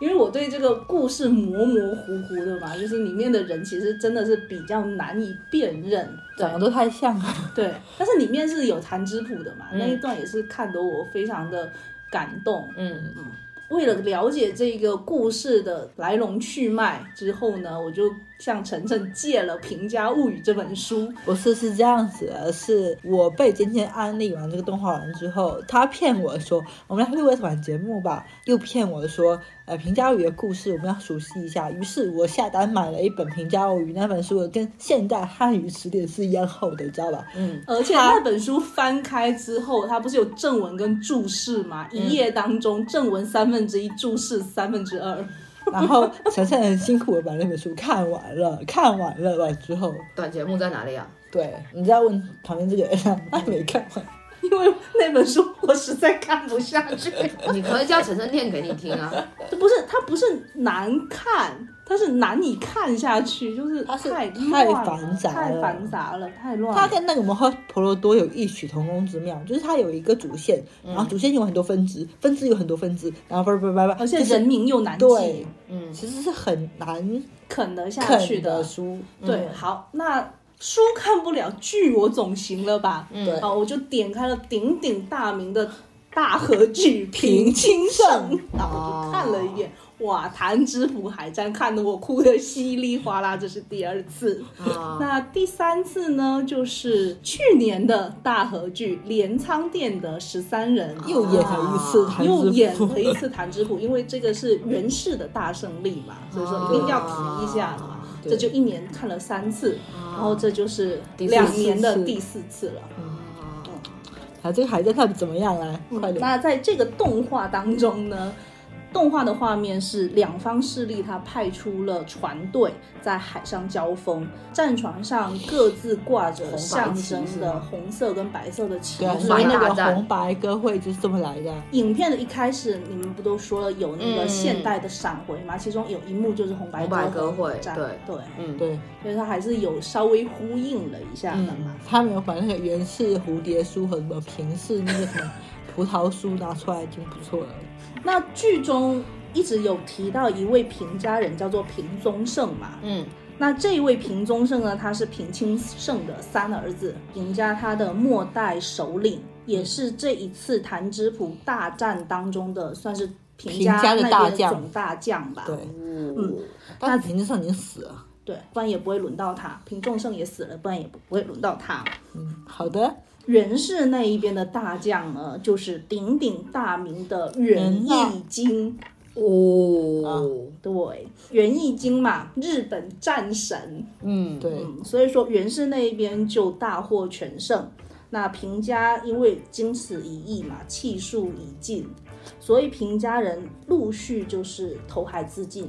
[SPEAKER 2] 因为我对这个故事模模糊糊的嘛，就是里面的人其实真的是比较难以辨认，对
[SPEAKER 1] 长得都太像了。
[SPEAKER 2] 对，但是里面是有弹之谱的嘛，
[SPEAKER 3] 嗯
[SPEAKER 2] 那一段也是看得我非常的感动。
[SPEAKER 3] 嗯
[SPEAKER 2] 为了了解这个故事的来龙去脉之后呢，我就向晨晨借了《平家物语》这本书，
[SPEAKER 1] 不是是这样子的，是我被尖尖安利完这个动画完之后，他骗我说我们来录个短节目吧，又骗我说呃平家物语的故事我们要熟悉一下，于是我下单买了一本平家物语那本书，跟现代汉语词典是一样厚的，你知道吧？
[SPEAKER 3] 嗯
[SPEAKER 2] 而且那本书翻开之后，它不是有正文跟注释吗？
[SPEAKER 3] 嗯
[SPEAKER 2] 一页当中，正文三分之一，注释三分之二。
[SPEAKER 1] 然后晨晨很辛苦的把那本书看完了，看完了完之后，
[SPEAKER 3] 短节目在哪里啊？
[SPEAKER 1] 对你知道问旁边这个人，他没看完。
[SPEAKER 2] 因为那本书我实在看不下去，
[SPEAKER 3] 你可以叫晨晨念给你听啊。
[SPEAKER 2] 这不是它不是难看，它是难以看下去，就是
[SPEAKER 1] 它是
[SPEAKER 2] 太
[SPEAKER 1] 太
[SPEAKER 2] 乱了
[SPEAKER 1] 繁杂
[SPEAKER 2] 太
[SPEAKER 1] 了
[SPEAKER 2] 繁杂了，太乱
[SPEAKER 1] 它
[SPEAKER 2] 了。
[SPEAKER 1] 跟那个摩诃婆罗多有异曲同工之妙，就是它有一个主线，
[SPEAKER 2] 嗯
[SPEAKER 1] 然后主线有很多分支，分支有很多分支，然后叭叭叭叭，
[SPEAKER 2] 而且
[SPEAKER 1] 就是
[SPEAKER 2] 人名又难
[SPEAKER 1] 对
[SPEAKER 2] 记，
[SPEAKER 3] 嗯
[SPEAKER 1] 其实是很难嗯
[SPEAKER 2] 啃得下去
[SPEAKER 1] 啃
[SPEAKER 2] 的。
[SPEAKER 1] 书，
[SPEAKER 2] 对，好，那书看不了，剧我总行了吧？
[SPEAKER 1] 对
[SPEAKER 2] 好，我就点开了鼎鼎大名的大和剧《 平清盛》，然后我就看了一遍。哇，谭之浦海战看得我哭得稀里哗啦，这是第二次。
[SPEAKER 3] 啊，
[SPEAKER 2] 那第三次呢，就是去年的大和剧《镰仓店的十三人》
[SPEAKER 1] 又演了一次谭
[SPEAKER 2] 又
[SPEAKER 1] 之
[SPEAKER 2] 演
[SPEAKER 1] 浦
[SPEAKER 2] 了一次谭之浦，因为这个是源氏的大胜利嘛，所以说一定要提一下嘛。
[SPEAKER 1] 对
[SPEAKER 2] 这就一年看了三次，然后这就是
[SPEAKER 3] 第四
[SPEAKER 2] 两年的
[SPEAKER 1] 次
[SPEAKER 2] 第四次了。
[SPEAKER 1] 啊，这个海战到底怎么样啊？
[SPEAKER 2] 嗯
[SPEAKER 1] 快点，
[SPEAKER 2] 那在这个动画当中呢，动画的画面是两方势力他派出了船队在海上交锋，战船上各自挂着象征
[SPEAKER 3] 红白旗是
[SPEAKER 2] 的
[SPEAKER 3] 吗
[SPEAKER 2] 红色跟白色的旗
[SPEAKER 1] 对啊，
[SPEAKER 3] 红
[SPEAKER 1] 所
[SPEAKER 3] 白
[SPEAKER 1] 以那
[SPEAKER 3] 大
[SPEAKER 1] 个
[SPEAKER 3] 战
[SPEAKER 1] 红白歌会就是这么来的啊。
[SPEAKER 2] 影片的一开始，你们不都说了有那个现代的闪回吗？其中有一幕就是红白
[SPEAKER 3] 红白歌
[SPEAKER 2] 会
[SPEAKER 3] 会
[SPEAKER 2] 战，
[SPEAKER 3] 对
[SPEAKER 2] 对，
[SPEAKER 3] 嗯，
[SPEAKER 1] 对
[SPEAKER 2] 所以它还是有稍微呼应了一下的嘛。
[SPEAKER 1] 他没有把那个原式蝴蝶酥和什么平式那个什么葡萄酥拿出来，已经不错了。
[SPEAKER 2] 那剧中一直有提到一位平家人叫做平宗盛嘛，
[SPEAKER 3] 嗯
[SPEAKER 2] 那这一位平宗盛呢，他是平清盛的三儿子，平家他的末代首领，也是这一次谭之浦大战当中的算是平家
[SPEAKER 1] 平家的
[SPEAKER 2] 那边
[SPEAKER 1] 大将
[SPEAKER 2] 总大将吧。
[SPEAKER 1] 对，
[SPEAKER 3] 嗯
[SPEAKER 1] 但是平之上已经死了。
[SPEAKER 2] 对，不然也不会轮到他。平仲盛也死了，不然也不会轮到他。
[SPEAKER 1] 嗯，好的，
[SPEAKER 2] 源氏那一边的大将呢，就是鼎鼎大名的源
[SPEAKER 1] 源大
[SPEAKER 2] 义经。
[SPEAKER 3] 哦，
[SPEAKER 2] 对，源义经嘛，日本战神。
[SPEAKER 3] 嗯
[SPEAKER 1] 对，
[SPEAKER 2] 嗯，所以说源氏那一边就大获全胜。那平家因为经此一役嘛，气数已尽，所以平家人陆续就是投海自尽。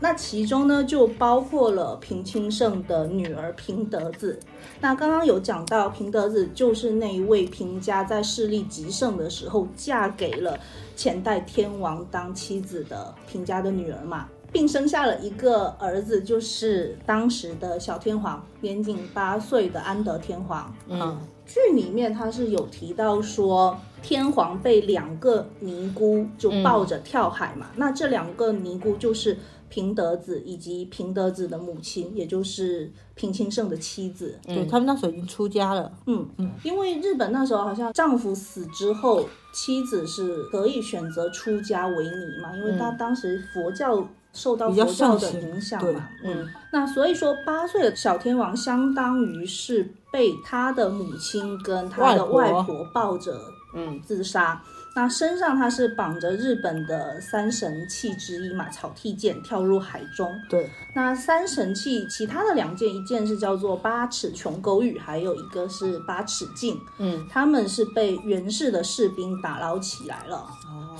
[SPEAKER 2] 那其中呢，就包括了平清盛的女儿平德子。那刚刚有讲到平德子，就是那一位平家在势力极盛的时候嫁给了前代天王当妻子的平家的女儿嘛，并生下了一个儿子，就是当时的小天皇，年仅八岁的安德天皇。
[SPEAKER 3] 嗯，
[SPEAKER 2] 剧里面他是有提到说，天皇被两个尼姑就抱着跳海嘛，那这两个尼姑就是平德子以及平德子的母亲，也就是平清盛的妻子。
[SPEAKER 1] 对他们那时候已经出家了，
[SPEAKER 2] 嗯嗯，因为日本那时候好像丈夫死之后，妻子是可以选择出家为尼嘛，因为他当时佛教受到
[SPEAKER 1] 比较
[SPEAKER 2] 佛教的
[SPEAKER 1] 盛行
[SPEAKER 2] 影响
[SPEAKER 1] 对
[SPEAKER 2] 嘛，嗯，那所以说八岁的小天王相当于是被他的母亲跟他的
[SPEAKER 1] 外
[SPEAKER 2] 外
[SPEAKER 1] 婆
[SPEAKER 2] 婆抱着
[SPEAKER 3] 嗯
[SPEAKER 2] 自杀。那身上他是绑着日本的三神器之一嘛，草剃剑跳入海中。
[SPEAKER 1] 对，
[SPEAKER 2] 那三神器其他的两件，一件是叫做八尺琼勾玉，还有一个是八尺镜。
[SPEAKER 3] 嗯，
[SPEAKER 2] 他们是被源氏的士兵打捞起来了，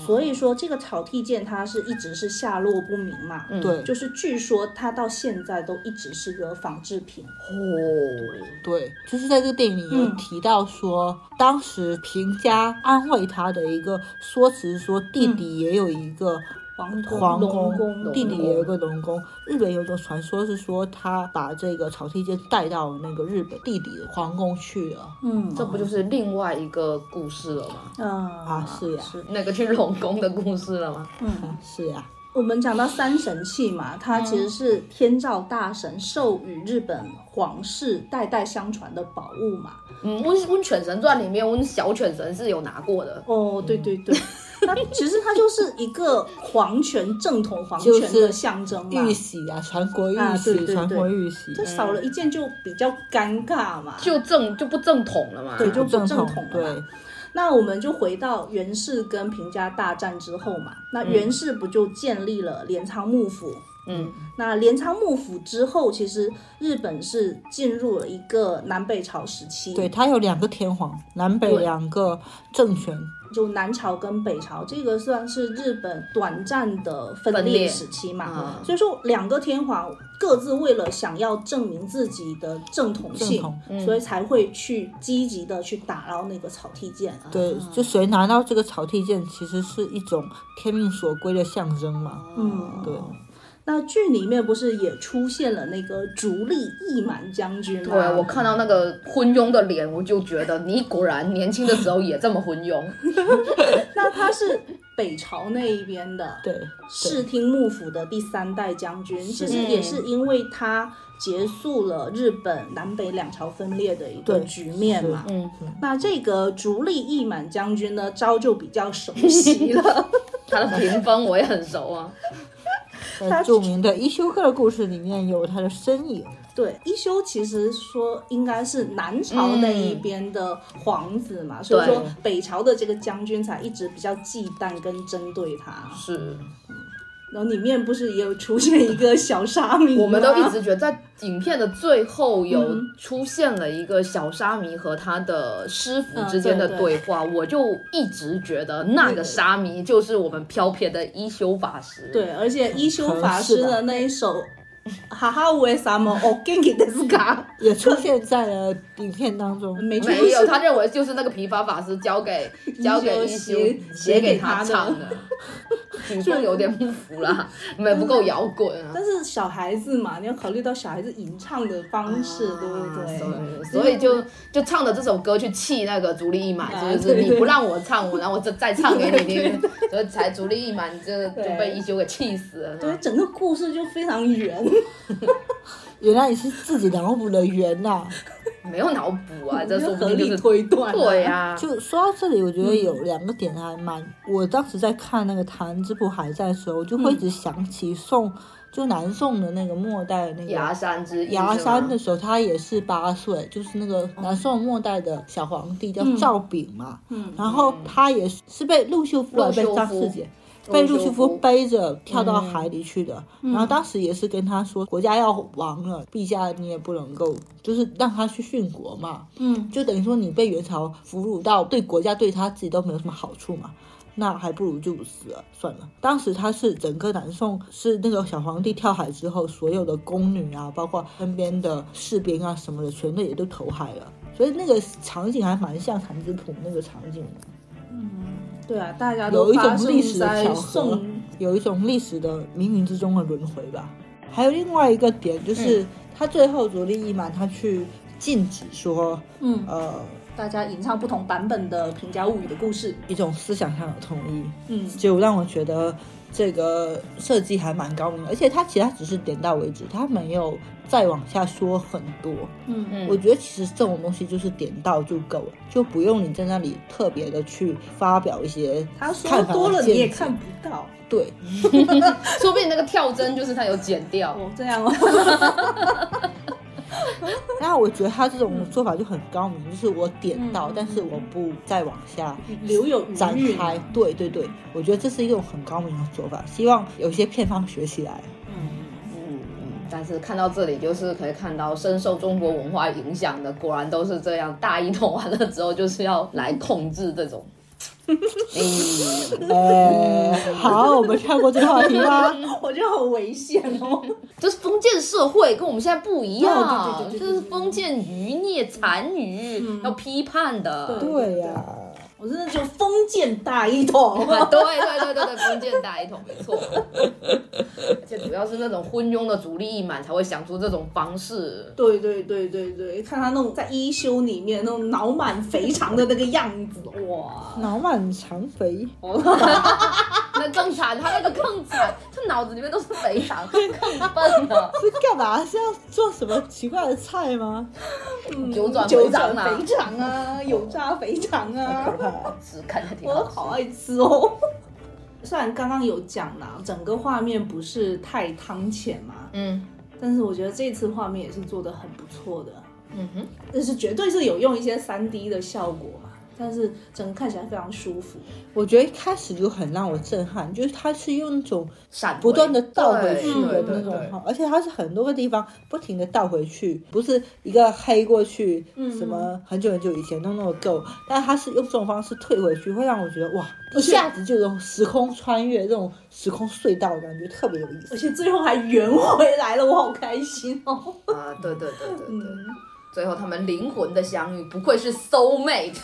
[SPEAKER 2] 所以说这个草剃剑它是一直是下落不明嘛。嗯
[SPEAKER 1] 对
[SPEAKER 2] 就是据说它到现在都一直是个仿制品。
[SPEAKER 3] 哦，
[SPEAKER 1] 对，就是在这个电影里有
[SPEAKER 2] 嗯
[SPEAKER 1] 提到说，当时平家安慰他的一个说辞是说，弟弟也有一个
[SPEAKER 2] 皇宫
[SPEAKER 1] 皇
[SPEAKER 2] 嗯龙
[SPEAKER 1] 宫，
[SPEAKER 2] 宫
[SPEAKER 1] 弟弟也有一个龙宫。日本有一种传说是说，他把这个草剃间带到那个日本弟弟的皇宫去了。
[SPEAKER 2] 嗯，
[SPEAKER 3] 这不就是另外一个故事了吗？
[SPEAKER 2] 嗯啊
[SPEAKER 1] 是呀
[SPEAKER 2] 是
[SPEAKER 3] 那个去龙宫的故事了吗？
[SPEAKER 2] 嗯。
[SPEAKER 1] 是呀、
[SPEAKER 2] 我们讲到三神器嘛，它其实是天照大神授予日本皇室代代相传的宝物嘛。
[SPEAKER 3] 嗯，温温犬神传里面温小犬神是有拿过的，
[SPEAKER 2] 哦，对对
[SPEAKER 1] 嗯
[SPEAKER 2] 对，那其实它就是一个皇权正统皇权
[SPEAKER 1] 就是
[SPEAKER 2] 的象征嘛。
[SPEAKER 1] 玉玺啊，传国玉玺，
[SPEAKER 2] 啊对对对
[SPEAKER 1] 传国玉玺。
[SPEAKER 2] 这少了一件就比较尴尬嘛。
[SPEAKER 3] 就正就不正统了嘛。
[SPEAKER 2] 对就不
[SPEAKER 1] 正
[SPEAKER 2] 正统了
[SPEAKER 1] 对
[SPEAKER 2] 嘛，那我们就回到源氏跟平家大战之后嘛，那
[SPEAKER 1] 嗯
[SPEAKER 2] 源氏不就建立了镰仓幕府？
[SPEAKER 3] 嗯，
[SPEAKER 2] 那镰仓幕府之后，其实日本是进入了一个南北朝时期。
[SPEAKER 1] 对，他有两个天皇，南北
[SPEAKER 2] 对
[SPEAKER 1] 两个政权，
[SPEAKER 2] 就南朝跟北朝，这个算是日本短暂的分
[SPEAKER 3] 分裂
[SPEAKER 2] 裂时期嘛。
[SPEAKER 3] 嗯
[SPEAKER 2] 所以说，两个天皇各自为了想要证明自己的正统
[SPEAKER 1] 正
[SPEAKER 2] 性，
[SPEAKER 1] 统。
[SPEAKER 3] 嗯
[SPEAKER 2] 所以才会去积极的去打捞那个草剃剑。
[SPEAKER 1] 对，就谁拿到这个草剃剑，其实是一种天命所归的象征嘛。
[SPEAKER 2] 嗯
[SPEAKER 1] 对，
[SPEAKER 2] 那剧里面不是也出现了那个竹立义满将军吗？
[SPEAKER 3] 对啊我看到那个昏庸的脸，我就觉得你果然年轻的时候也这么昏 庸。
[SPEAKER 2] 那他是北朝那一边的
[SPEAKER 1] 对，
[SPEAKER 2] 室町幕府的第三代将军，其实也是因为他结束了日本南北两朝分裂的一个
[SPEAKER 1] 对
[SPEAKER 2] 局面嘛。
[SPEAKER 3] 嗯，
[SPEAKER 2] 那这个竹立义满将军呢，招就比较熟悉 了。
[SPEAKER 3] 他的评分我也很熟啊。
[SPEAKER 1] 在著名的伊修克的故事里面有他的身影。
[SPEAKER 2] 对，一休其实说应该是南朝那一边的皇子嘛，所以
[SPEAKER 3] 对
[SPEAKER 2] 说北朝的这个将军才一直比较忌惮跟针对他。
[SPEAKER 3] 是，
[SPEAKER 2] 然后里面不是也有出现一个小沙弥吗，
[SPEAKER 3] 我们都一直觉得在影片的最后有出现了一个小沙弥和他的师傅之间的嗯对话，我就一直觉得那个沙弥就是我们飘撇的一休法师。，
[SPEAKER 2] 对，而且一休
[SPEAKER 1] 可能
[SPEAKER 2] 法
[SPEAKER 1] 是
[SPEAKER 2] 师
[SPEAKER 1] 吧
[SPEAKER 2] 的那一首。哈哈，为什么我给你的是 卡？
[SPEAKER 1] 也出现在了影片当中。
[SPEAKER 2] 没出
[SPEAKER 3] 没有，
[SPEAKER 2] 息。
[SPEAKER 3] 他认为就是那个皮发法师交 给交给一休
[SPEAKER 2] 写
[SPEAKER 3] 写给
[SPEAKER 2] 给他的
[SPEAKER 3] 唱 的，曲风有点不符啦，没不够摇滚啊。
[SPEAKER 2] 但是小孩子嘛，你要考虑到小孩子吟唱的方式，对不对？
[SPEAKER 3] 对，啊所以就就唱的这首歌去气那个竹立一满，
[SPEAKER 2] 啊
[SPEAKER 3] 就是
[SPEAKER 2] 对
[SPEAKER 3] 你
[SPEAKER 2] 对
[SPEAKER 3] 不让我唱，我然后我再再唱给你 听，所以才竹立一满就就
[SPEAKER 2] 对
[SPEAKER 3] 被一休给气死了。
[SPEAKER 2] 对，整个故事就非常圆。
[SPEAKER 1] 原来你是自己脑补的圆呐、
[SPEAKER 3] 没有脑补啊，这
[SPEAKER 2] 就
[SPEAKER 3] 说不
[SPEAKER 2] 合
[SPEAKER 3] 定就
[SPEAKER 2] 理啊
[SPEAKER 3] 是
[SPEAKER 2] 推断、
[SPEAKER 3] 对、啊呀，
[SPEAKER 1] 就说到这里，我觉得有两个点还蛮……我当时在看那个《谭之浦海战》的时候，我就会一直想起宋，就南宋的那个末代那
[SPEAKER 3] 崖
[SPEAKER 1] 个。
[SPEAKER 3] 山之
[SPEAKER 1] 崖山的
[SPEAKER 3] 的
[SPEAKER 1] 时候，他也是八岁，就是那个南宋末代的小皇帝叫赵昺嘛，
[SPEAKER 2] 嗯
[SPEAKER 1] 然后他也是是被陆秀夫啊，
[SPEAKER 3] 陆
[SPEAKER 1] 被
[SPEAKER 3] 秀
[SPEAKER 1] 张
[SPEAKER 3] 夫
[SPEAKER 1] 世杰，被陆秀夫嗯
[SPEAKER 3] 夫
[SPEAKER 1] 背着跳到海里去的。然后当时也是跟他说，国家要亡了，陛下你也不能够，就是让他去殉国嘛。
[SPEAKER 2] 嗯，
[SPEAKER 1] 就等于说你被元朝俘虏到，对国家对他自己都没有什么好处嘛。那还不如就死了算了。当时他是整个南宋是那个小皇帝跳海之后，所有的宫女啊，包括身边的士兵啊什么的，全都也都投海了，所以那个场景还蛮像谭子浦那个场景的。
[SPEAKER 2] 对啊，大家
[SPEAKER 1] 有
[SPEAKER 2] 都
[SPEAKER 1] 一种
[SPEAKER 2] 发生
[SPEAKER 1] 历史的
[SPEAKER 2] 在
[SPEAKER 1] 巧合
[SPEAKER 2] 宋，
[SPEAKER 1] 有一种历史的冥冥之中的轮回吧。还有另外一个点就是，他最后着力一满，他去禁止说，
[SPEAKER 2] 嗯，
[SPEAKER 1] 呃，
[SPEAKER 2] 大家吟唱不同版本的《平家物语》的故事，
[SPEAKER 1] 一种思想上的统一，
[SPEAKER 2] 嗯
[SPEAKER 1] 就让我觉得这个设计还蛮高明的。而且他其实他只是点到为止，他没有再往下说很多。
[SPEAKER 2] 嗯
[SPEAKER 3] 嗯
[SPEAKER 1] 我觉得其实这种东西就是点到就够了，就不用你在那里特别的去发表一些
[SPEAKER 2] 他说
[SPEAKER 1] 看法
[SPEAKER 2] 多
[SPEAKER 1] 和
[SPEAKER 2] 了你
[SPEAKER 1] 见
[SPEAKER 2] 也
[SPEAKER 1] 解
[SPEAKER 2] 看不到，
[SPEAKER 1] 对。
[SPEAKER 3] 说不定那个跳针就是他有剪掉。
[SPEAKER 2] 哦，这样哦，
[SPEAKER 1] 那我觉得他这种做法就很高明，就是我点到，
[SPEAKER 2] 嗯
[SPEAKER 1] 但是我不再往下
[SPEAKER 2] 留有余
[SPEAKER 1] 展
[SPEAKER 2] 韵，
[SPEAKER 1] 开。对对对，我觉得这是一种很高明的做法，希望有些片方学起 来。
[SPEAKER 2] 嗯，
[SPEAKER 3] 嗯嗯，但是看到这里，就是可以看到深受中国文化影响的，果然都是这样。大一统完了之后，就是要来控制 这种。嗯，
[SPEAKER 1] 哎，好，我们跳过这个话题吧。
[SPEAKER 2] 我觉得好危险哦，
[SPEAKER 3] 就是封建社会跟我们现在不一样，
[SPEAKER 2] 哦对对对对对
[SPEAKER 3] 这是封建余孽残余，
[SPEAKER 2] 嗯
[SPEAKER 3] 要批判的。
[SPEAKER 2] 对
[SPEAKER 1] 对呀、
[SPEAKER 2] 我真的就封建大一 统，
[SPEAKER 3] 啊 对对对对对，封建大一统没错，而且主要是那种昏庸的主力一满才会想出这种方式。
[SPEAKER 2] 对对对对对，看他那种在衣袖里面那种脑满肥肠的那个样子，哇！
[SPEAKER 1] 脑满肠肥，
[SPEAKER 3] 那更惨，他那个更惨，他脑子里面都是肥肠，更笨了。
[SPEAKER 1] 是干嘛？是要做什么奇怪的菜吗？
[SPEAKER 3] 嗯九转
[SPEAKER 2] 嗯九
[SPEAKER 3] 肥
[SPEAKER 2] 转
[SPEAKER 3] 肠啊哦
[SPEAKER 2] 肥，肠 啊，油炸肥肠啊
[SPEAKER 1] 可，怕了！
[SPEAKER 3] 只看着挺
[SPEAKER 2] 我
[SPEAKER 3] 好
[SPEAKER 2] 好爱吃哦。 虽然刚刚有讲啦，整个画面不是太汤浅嘛，
[SPEAKER 3] 嗯
[SPEAKER 2] 但是我觉得这次画面也是做的很不错的，
[SPEAKER 3] 嗯哼，
[SPEAKER 2] 但是绝对是有用一些三 D 的效果嘛，但是整个看起来非常舒服。
[SPEAKER 1] 我觉得一开始就很让我震撼，就是他是用那种
[SPEAKER 3] 闪
[SPEAKER 1] 不断
[SPEAKER 3] 的
[SPEAKER 1] 的倒回去
[SPEAKER 2] 对
[SPEAKER 1] 的
[SPEAKER 2] 对
[SPEAKER 1] 那种
[SPEAKER 3] 对
[SPEAKER 1] 哈，而且它是很多个地方不停的倒回去，不是一个黑过去，
[SPEAKER 2] 嗯
[SPEAKER 1] 什么很久很久以前弄那么够，但它是用这种方式退回去，会让我觉得哇，
[SPEAKER 2] 而
[SPEAKER 1] 一
[SPEAKER 2] 且
[SPEAKER 1] 下子就有种时空穿越、这种时空隧道的感觉，特别有意
[SPEAKER 2] 而
[SPEAKER 1] 思。
[SPEAKER 2] 且最后还圆回来了，我好开心哦！
[SPEAKER 3] 啊，对对对对对，
[SPEAKER 2] 嗯
[SPEAKER 3] 最后他们灵魂的相遇，不愧是 soul mate。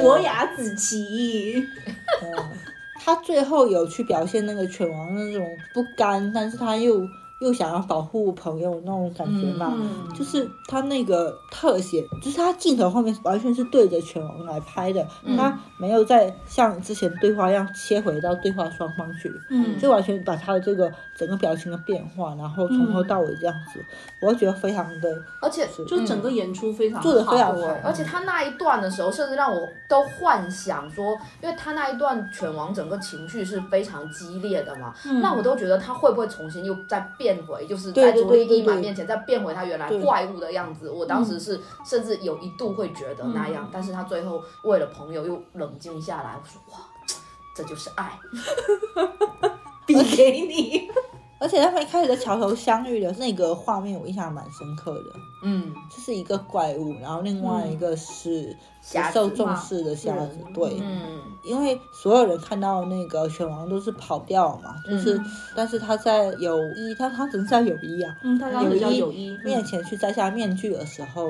[SPEAKER 2] 伯牙子期，
[SPEAKER 1] 他最后有去表现那个犬王那种不甘，但是他又又想要保护朋友那种感觉嘛。
[SPEAKER 2] 嗯
[SPEAKER 1] 就是他那个特写，就是他镜头后面完全是对着拳王来拍的，他没有再像之前对话一样切回到对话双方去，
[SPEAKER 2] 嗯
[SPEAKER 1] 就完全把他的这个整个表情的变化，然后从头到尾这样子，我觉得非常的
[SPEAKER 3] 而且
[SPEAKER 2] 就整个演出嗯非常好
[SPEAKER 1] 做的非常
[SPEAKER 3] 对
[SPEAKER 1] 好，，
[SPEAKER 3] 而且他那一段的时候，甚至让我都幻想说，因为他那一段拳王整个情绪是非常激烈的嘛，
[SPEAKER 2] 嗯
[SPEAKER 3] 那我都觉得他会不会重新又再变回，就是
[SPEAKER 1] 对
[SPEAKER 3] 在
[SPEAKER 1] 对
[SPEAKER 3] 朱莉
[SPEAKER 1] 对
[SPEAKER 3] 伊满
[SPEAKER 1] 对
[SPEAKER 3] 面前再变回他原来
[SPEAKER 1] 对
[SPEAKER 3] 怪物的样子。我当时是甚至有一度会觉得那样，但是他最后为了朋友又冷静下来，我说哇，这就是爱。
[SPEAKER 2] 比给 你，
[SPEAKER 1] 而且他们一开始在桥头相遇的那个画面，我印象蛮深刻的，
[SPEAKER 3] 嗯，
[SPEAKER 1] 这是一个怪物，然后另外一个是不
[SPEAKER 3] 瞎子
[SPEAKER 1] 受
[SPEAKER 3] 嘛
[SPEAKER 1] 重视的瞎子
[SPEAKER 2] 嗯，
[SPEAKER 1] 对，
[SPEAKER 3] 嗯
[SPEAKER 1] 因为所有人看到那个拳王都是跑掉嘛，
[SPEAKER 3] 嗯
[SPEAKER 1] 就是，但是他在友谊，他他只是在友谊啊，
[SPEAKER 2] 嗯，大家
[SPEAKER 1] 友
[SPEAKER 2] 比
[SPEAKER 1] 谊
[SPEAKER 2] 较有一
[SPEAKER 1] 面前去摘下面具的时候，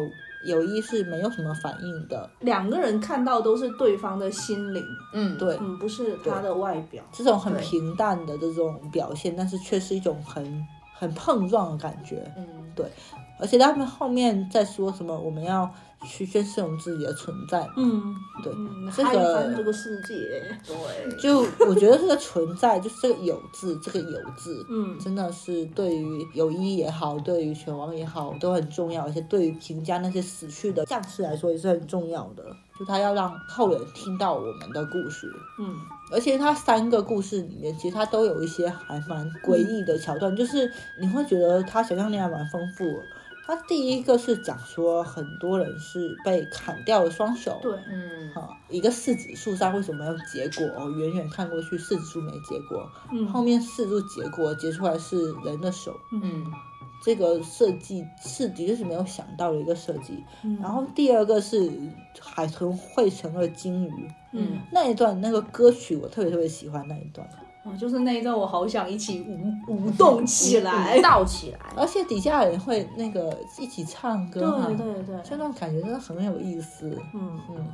[SPEAKER 1] 友谊是没有什么反应的，
[SPEAKER 2] 两个人看到都是对方的心灵，
[SPEAKER 3] 嗯，
[SPEAKER 1] 对，
[SPEAKER 2] 嗯，不是他的外表。
[SPEAKER 1] 这种很
[SPEAKER 3] 对
[SPEAKER 1] 平淡的这种表现，但是却是一种很很碰撞的感觉，
[SPEAKER 3] 嗯
[SPEAKER 1] 而且他们后面在说什么我们要去宣示我们自己的存在，
[SPEAKER 2] 嗯，
[SPEAKER 1] 对
[SPEAKER 2] 嗯，
[SPEAKER 1] 这
[SPEAKER 2] 嗨
[SPEAKER 1] 个
[SPEAKER 2] 翻这个世界，
[SPEAKER 3] 对，
[SPEAKER 1] 就我觉得这个存在，就是这个有字，这个有字，
[SPEAKER 2] 嗯
[SPEAKER 1] 真的是对于友谊也好，对于拳王也好，都很重要，而且对于评价那些死去的将士来说也是很重要的。就他要让后人听到我们的故事，
[SPEAKER 2] 嗯
[SPEAKER 1] 而且他三个故事里面，其实他都有一些还蛮诡异的桥段，就是你会觉得他想象力还蛮丰富的。他第一个是讲说很多人是被砍掉了双手，
[SPEAKER 2] 对，
[SPEAKER 3] 嗯
[SPEAKER 1] 啊，一个柿子树上为什么要结果？哦，远远看过去，柿子树没结果，
[SPEAKER 2] 嗯
[SPEAKER 1] 后面柿子树结果结出来是人的手，
[SPEAKER 3] 嗯
[SPEAKER 1] 这个设计是的确是没有想到的一个设计。
[SPEAKER 2] 嗯
[SPEAKER 1] 然后第二个是海豚汇成了鲸鱼
[SPEAKER 2] 嗯，
[SPEAKER 1] 那一段，那个歌曲我特别特别喜欢那一段，
[SPEAKER 2] 哦，就是那一段，我好想一起舞舞动起来。
[SPEAKER 3] 倒起来。
[SPEAKER 1] 而且底下人会那个一起唱
[SPEAKER 2] 嗯
[SPEAKER 1] 歌嘛，
[SPEAKER 2] 对对对，
[SPEAKER 1] 这段感觉真的很有意思。
[SPEAKER 2] 嗯
[SPEAKER 1] 嗯，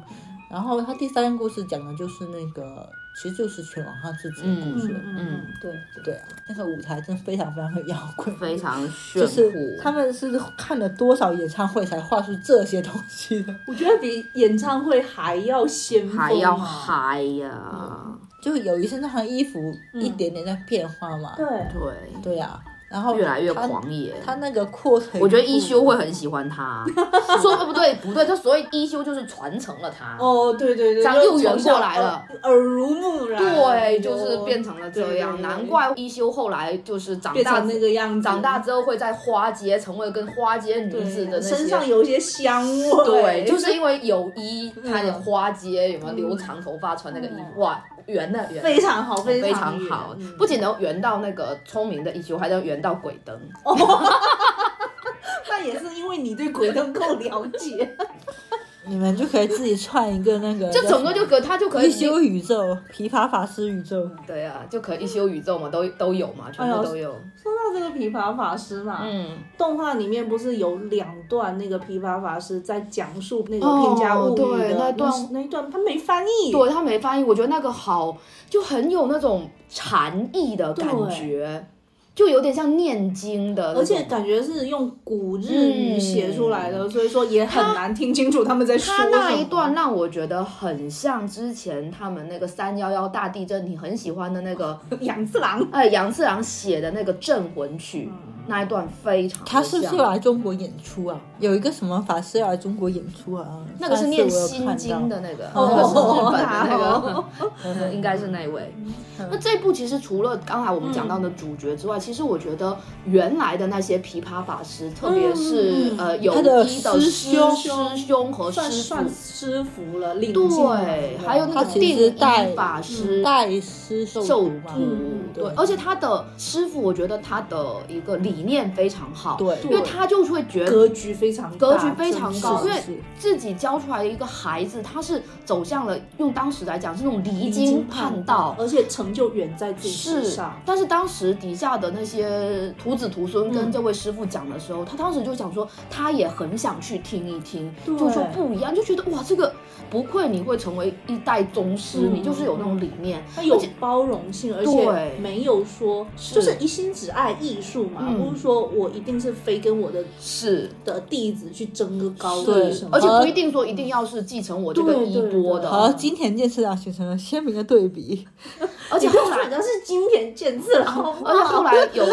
[SPEAKER 1] 然后他第三个故事讲的就是那个，其实就是拳王他自己的故
[SPEAKER 2] 嗯
[SPEAKER 1] 事。
[SPEAKER 2] 嗯嗯，对对
[SPEAKER 1] 对啊，那个舞台真非常非常的摇滚，
[SPEAKER 3] 非常炫
[SPEAKER 1] 就
[SPEAKER 3] 酷，
[SPEAKER 1] 是他们是看了多少演唱会才画出这些东西的，
[SPEAKER 2] 我觉得比演唱会还要先锋啊，
[SPEAKER 3] 还要嗨呀、
[SPEAKER 2] 嗯
[SPEAKER 1] 就有一身那行衣服一点点在变化嘛。
[SPEAKER 2] 对，
[SPEAKER 3] 对，
[SPEAKER 1] 对啊，然后
[SPEAKER 3] 越来越
[SPEAKER 1] 他。
[SPEAKER 3] 狂野。
[SPEAKER 1] 他那个阔腿裤，
[SPEAKER 3] 我觉得一休会很喜欢他，说不对不对，就所以一休就是传承了他，
[SPEAKER 2] 嗯哦对对对，
[SPEAKER 3] 长
[SPEAKER 2] 就
[SPEAKER 3] 幼
[SPEAKER 2] 从
[SPEAKER 3] 缘
[SPEAKER 2] 小
[SPEAKER 3] 过来了
[SPEAKER 2] 耳，耳濡目染，
[SPEAKER 3] 对，就是变成了这
[SPEAKER 2] 对对
[SPEAKER 3] 样，
[SPEAKER 2] 对
[SPEAKER 3] 难怪一休后来就是长
[SPEAKER 2] 变
[SPEAKER 3] 大
[SPEAKER 2] 成那个样子，
[SPEAKER 3] 长大之后会在花街成为跟花街女
[SPEAKER 2] 对
[SPEAKER 3] 子的那些
[SPEAKER 2] 身上有一些香味，
[SPEAKER 3] 对，就是因为有一他
[SPEAKER 2] 嗯
[SPEAKER 3] 的花街有没有留长头发穿那个衣服，哇，圆的圆的。
[SPEAKER 2] 非常好，嗯非
[SPEAKER 3] 非常嗯好
[SPEAKER 2] 远，
[SPEAKER 3] 不仅能圆到那个聪明的一休，还能圆到鬼灯。
[SPEAKER 2] 但也是因为你对鬼灯够了解，
[SPEAKER 1] 你们就可以自己串一个那 个，
[SPEAKER 3] 就整个就可他就可
[SPEAKER 1] 一
[SPEAKER 3] 以
[SPEAKER 1] 休宇宙、琵琶法师宇宙，
[SPEAKER 3] 对啊，就可以一休宇宙嘛，都都有嘛，全部都有。
[SPEAKER 2] 说到这个琵琶法师嘛，
[SPEAKER 3] 嗯，
[SPEAKER 2] 动画里面不是有两段那个琵琶法师在讲述那个《平家物语》的、
[SPEAKER 3] 哦对那段
[SPEAKER 2] 那一段，他没翻译，
[SPEAKER 3] 对他没翻译，我觉得那个好就很有那种禅意的感觉，就有点像念经的那种，
[SPEAKER 2] 而且感觉是用古日语
[SPEAKER 3] 嗯
[SPEAKER 2] 写出来的，所以说也很难听清楚他们在说
[SPEAKER 3] 他
[SPEAKER 2] 什么。
[SPEAKER 3] 那一段让我觉得很像之前他们那个三幺幺大地震，你很喜欢的那个，
[SPEAKER 2] 杨次郎，
[SPEAKER 3] 呃，杨次郎写的那个《镇魂曲》那一段非常的
[SPEAKER 1] 他是不是
[SPEAKER 3] 像
[SPEAKER 1] 要来中国演出啊？有一个什么法师要来中国演出啊？
[SPEAKER 3] 那个是
[SPEAKER 1] 上
[SPEAKER 3] 念
[SPEAKER 1] 次我有
[SPEAKER 3] 心
[SPEAKER 1] 看到，
[SPEAKER 3] 经的那个，
[SPEAKER 1] 哦
[SPEAKER 3] 那个是日本的那
[SPEAKER 2] 哦
[SPEAKER 3] 个，应该是那位。
[SPEAKER 1] 嗯
[SPEAKER 3] 那这部其实除了刚才我们讲到的
[SPEAKER 2] 嗯
[SPEAKER 3] 主角之外，其实我觉得原来的那些琵琶法师，特别是
[SPEAKER 2] 嗯嗯嗯
[SPEAKER 3] 呃有
[SPEAKER 1] 他的
[SPEAKER 3] 一的
[SPEAKER 1] 师
[SPEAKER 3] 师
[SPEAKER 1] 兄
[SPEAKER 3] 师兄和
[SPEAKER 2] 算
[SPEAKER 3] 师
[SPEAKER 2] 算
[SPEAKER 3] 傅，
[SPEAKER 2] 师傅了，领进
[SPEAKER 3] 对，还有那
[SPEAKER 1] 他
[SPEAKER 3] 个
[SPEAKER 1] 其实
[SPEAKER 3] 定
[SPEAKER 1] 带
[SPEAKER 3] 一法师，
[SPEAKER 1] 拜师受
[SPEAKER 3] 受
[SPEAKER 1] 徒
[SPEAKER 3] 徒
[SPEAKER 1] 嘛。
[SPEAKER 2] 嗯
[SPEAKER 3] 对
[SPEAKER 1] 对，
[SPEAKER 3] 而且他的师傅，我觉得他的一个理念非常好，
[SPEAKER 1] 对
[SPEAKER 3] 因为他就会觉得。
[SPEAKER 2] 格局非常大
[SPEAKER 3] 格局非常高，
[SPEAKER 1] 是
[SPEAKER 3] 因
[SPEAKER 2] 真
[SPEAKER 3] 为
[SPEAKER 2] 是
[SPEAKER 3] 自己教出来的一个孩子，他是走向了用当时来讲是那种离
[SPEAKER 2] 离
[SPEAKER 3] 经
[SPEAKER 2] 经
[SPEAKER 3] 叛
[SPEAKER 2] 叛
[SPEAKER 3] 道
[SPEAKER 2] 道，，而且成就远在自己之
[SPEAKER 3] 是
[SPEAKER 2] 上。，
[SPEAKER 3] 但是当时底下的那些徒子徒孙跟
[SPEAKER 2] 嗯
[SPEAKER 3] 这位师傅讲的时候，他当时就想说，他也很想去听一听，
[SPEAKER 2] 对
[SPEAKER 3] 就说不一样，就觉得哇，这个不愧你会成为一代宗师，
[SPEAKER 2] 嗯
[SPEAKER 3] 你就是有那种理念，
[SPEAKER 2] 它有包容性，而
[SPEAKER 3] 对
[SPEAKER 2] 且没有说
[SPEAKER 3] 是
[SPEAKER 2] 就是一心只爱艺术嘛，
[SPEAKER 3] 嗯
[SPEAKER 2] 不是说我一定是非跟我的
[SPEAKER 3] 是
[SPEAKER 2] 的弟子去争个高
[SPEAKER 1] 对
[SPEAKER 2] 低什么的，
[SPEAKER 3] 而且不一定说一定要是继承我这个
[SPEAKER 2] 对
[SPEAKER 3] 衣
[SPEAKER 2] 对
[SPEAKER 3] 钵
[SPEAKER 2] 对
[SPEAKER 1] 和
[SPEAKER 3] 的，
[SPEAKER 1] 金田健次郎形成了鲜明的对比。
[SPEAKER 3] 而且
[SPEAKER 2] 你不
[SPEAKER 3] 后
[SPEAKER 2] 要说
[SPEAKER 3] 来
[SPEAKER 2] 人。家是经典见字了， 好不好
[SPEAKER 3] 而且后来 有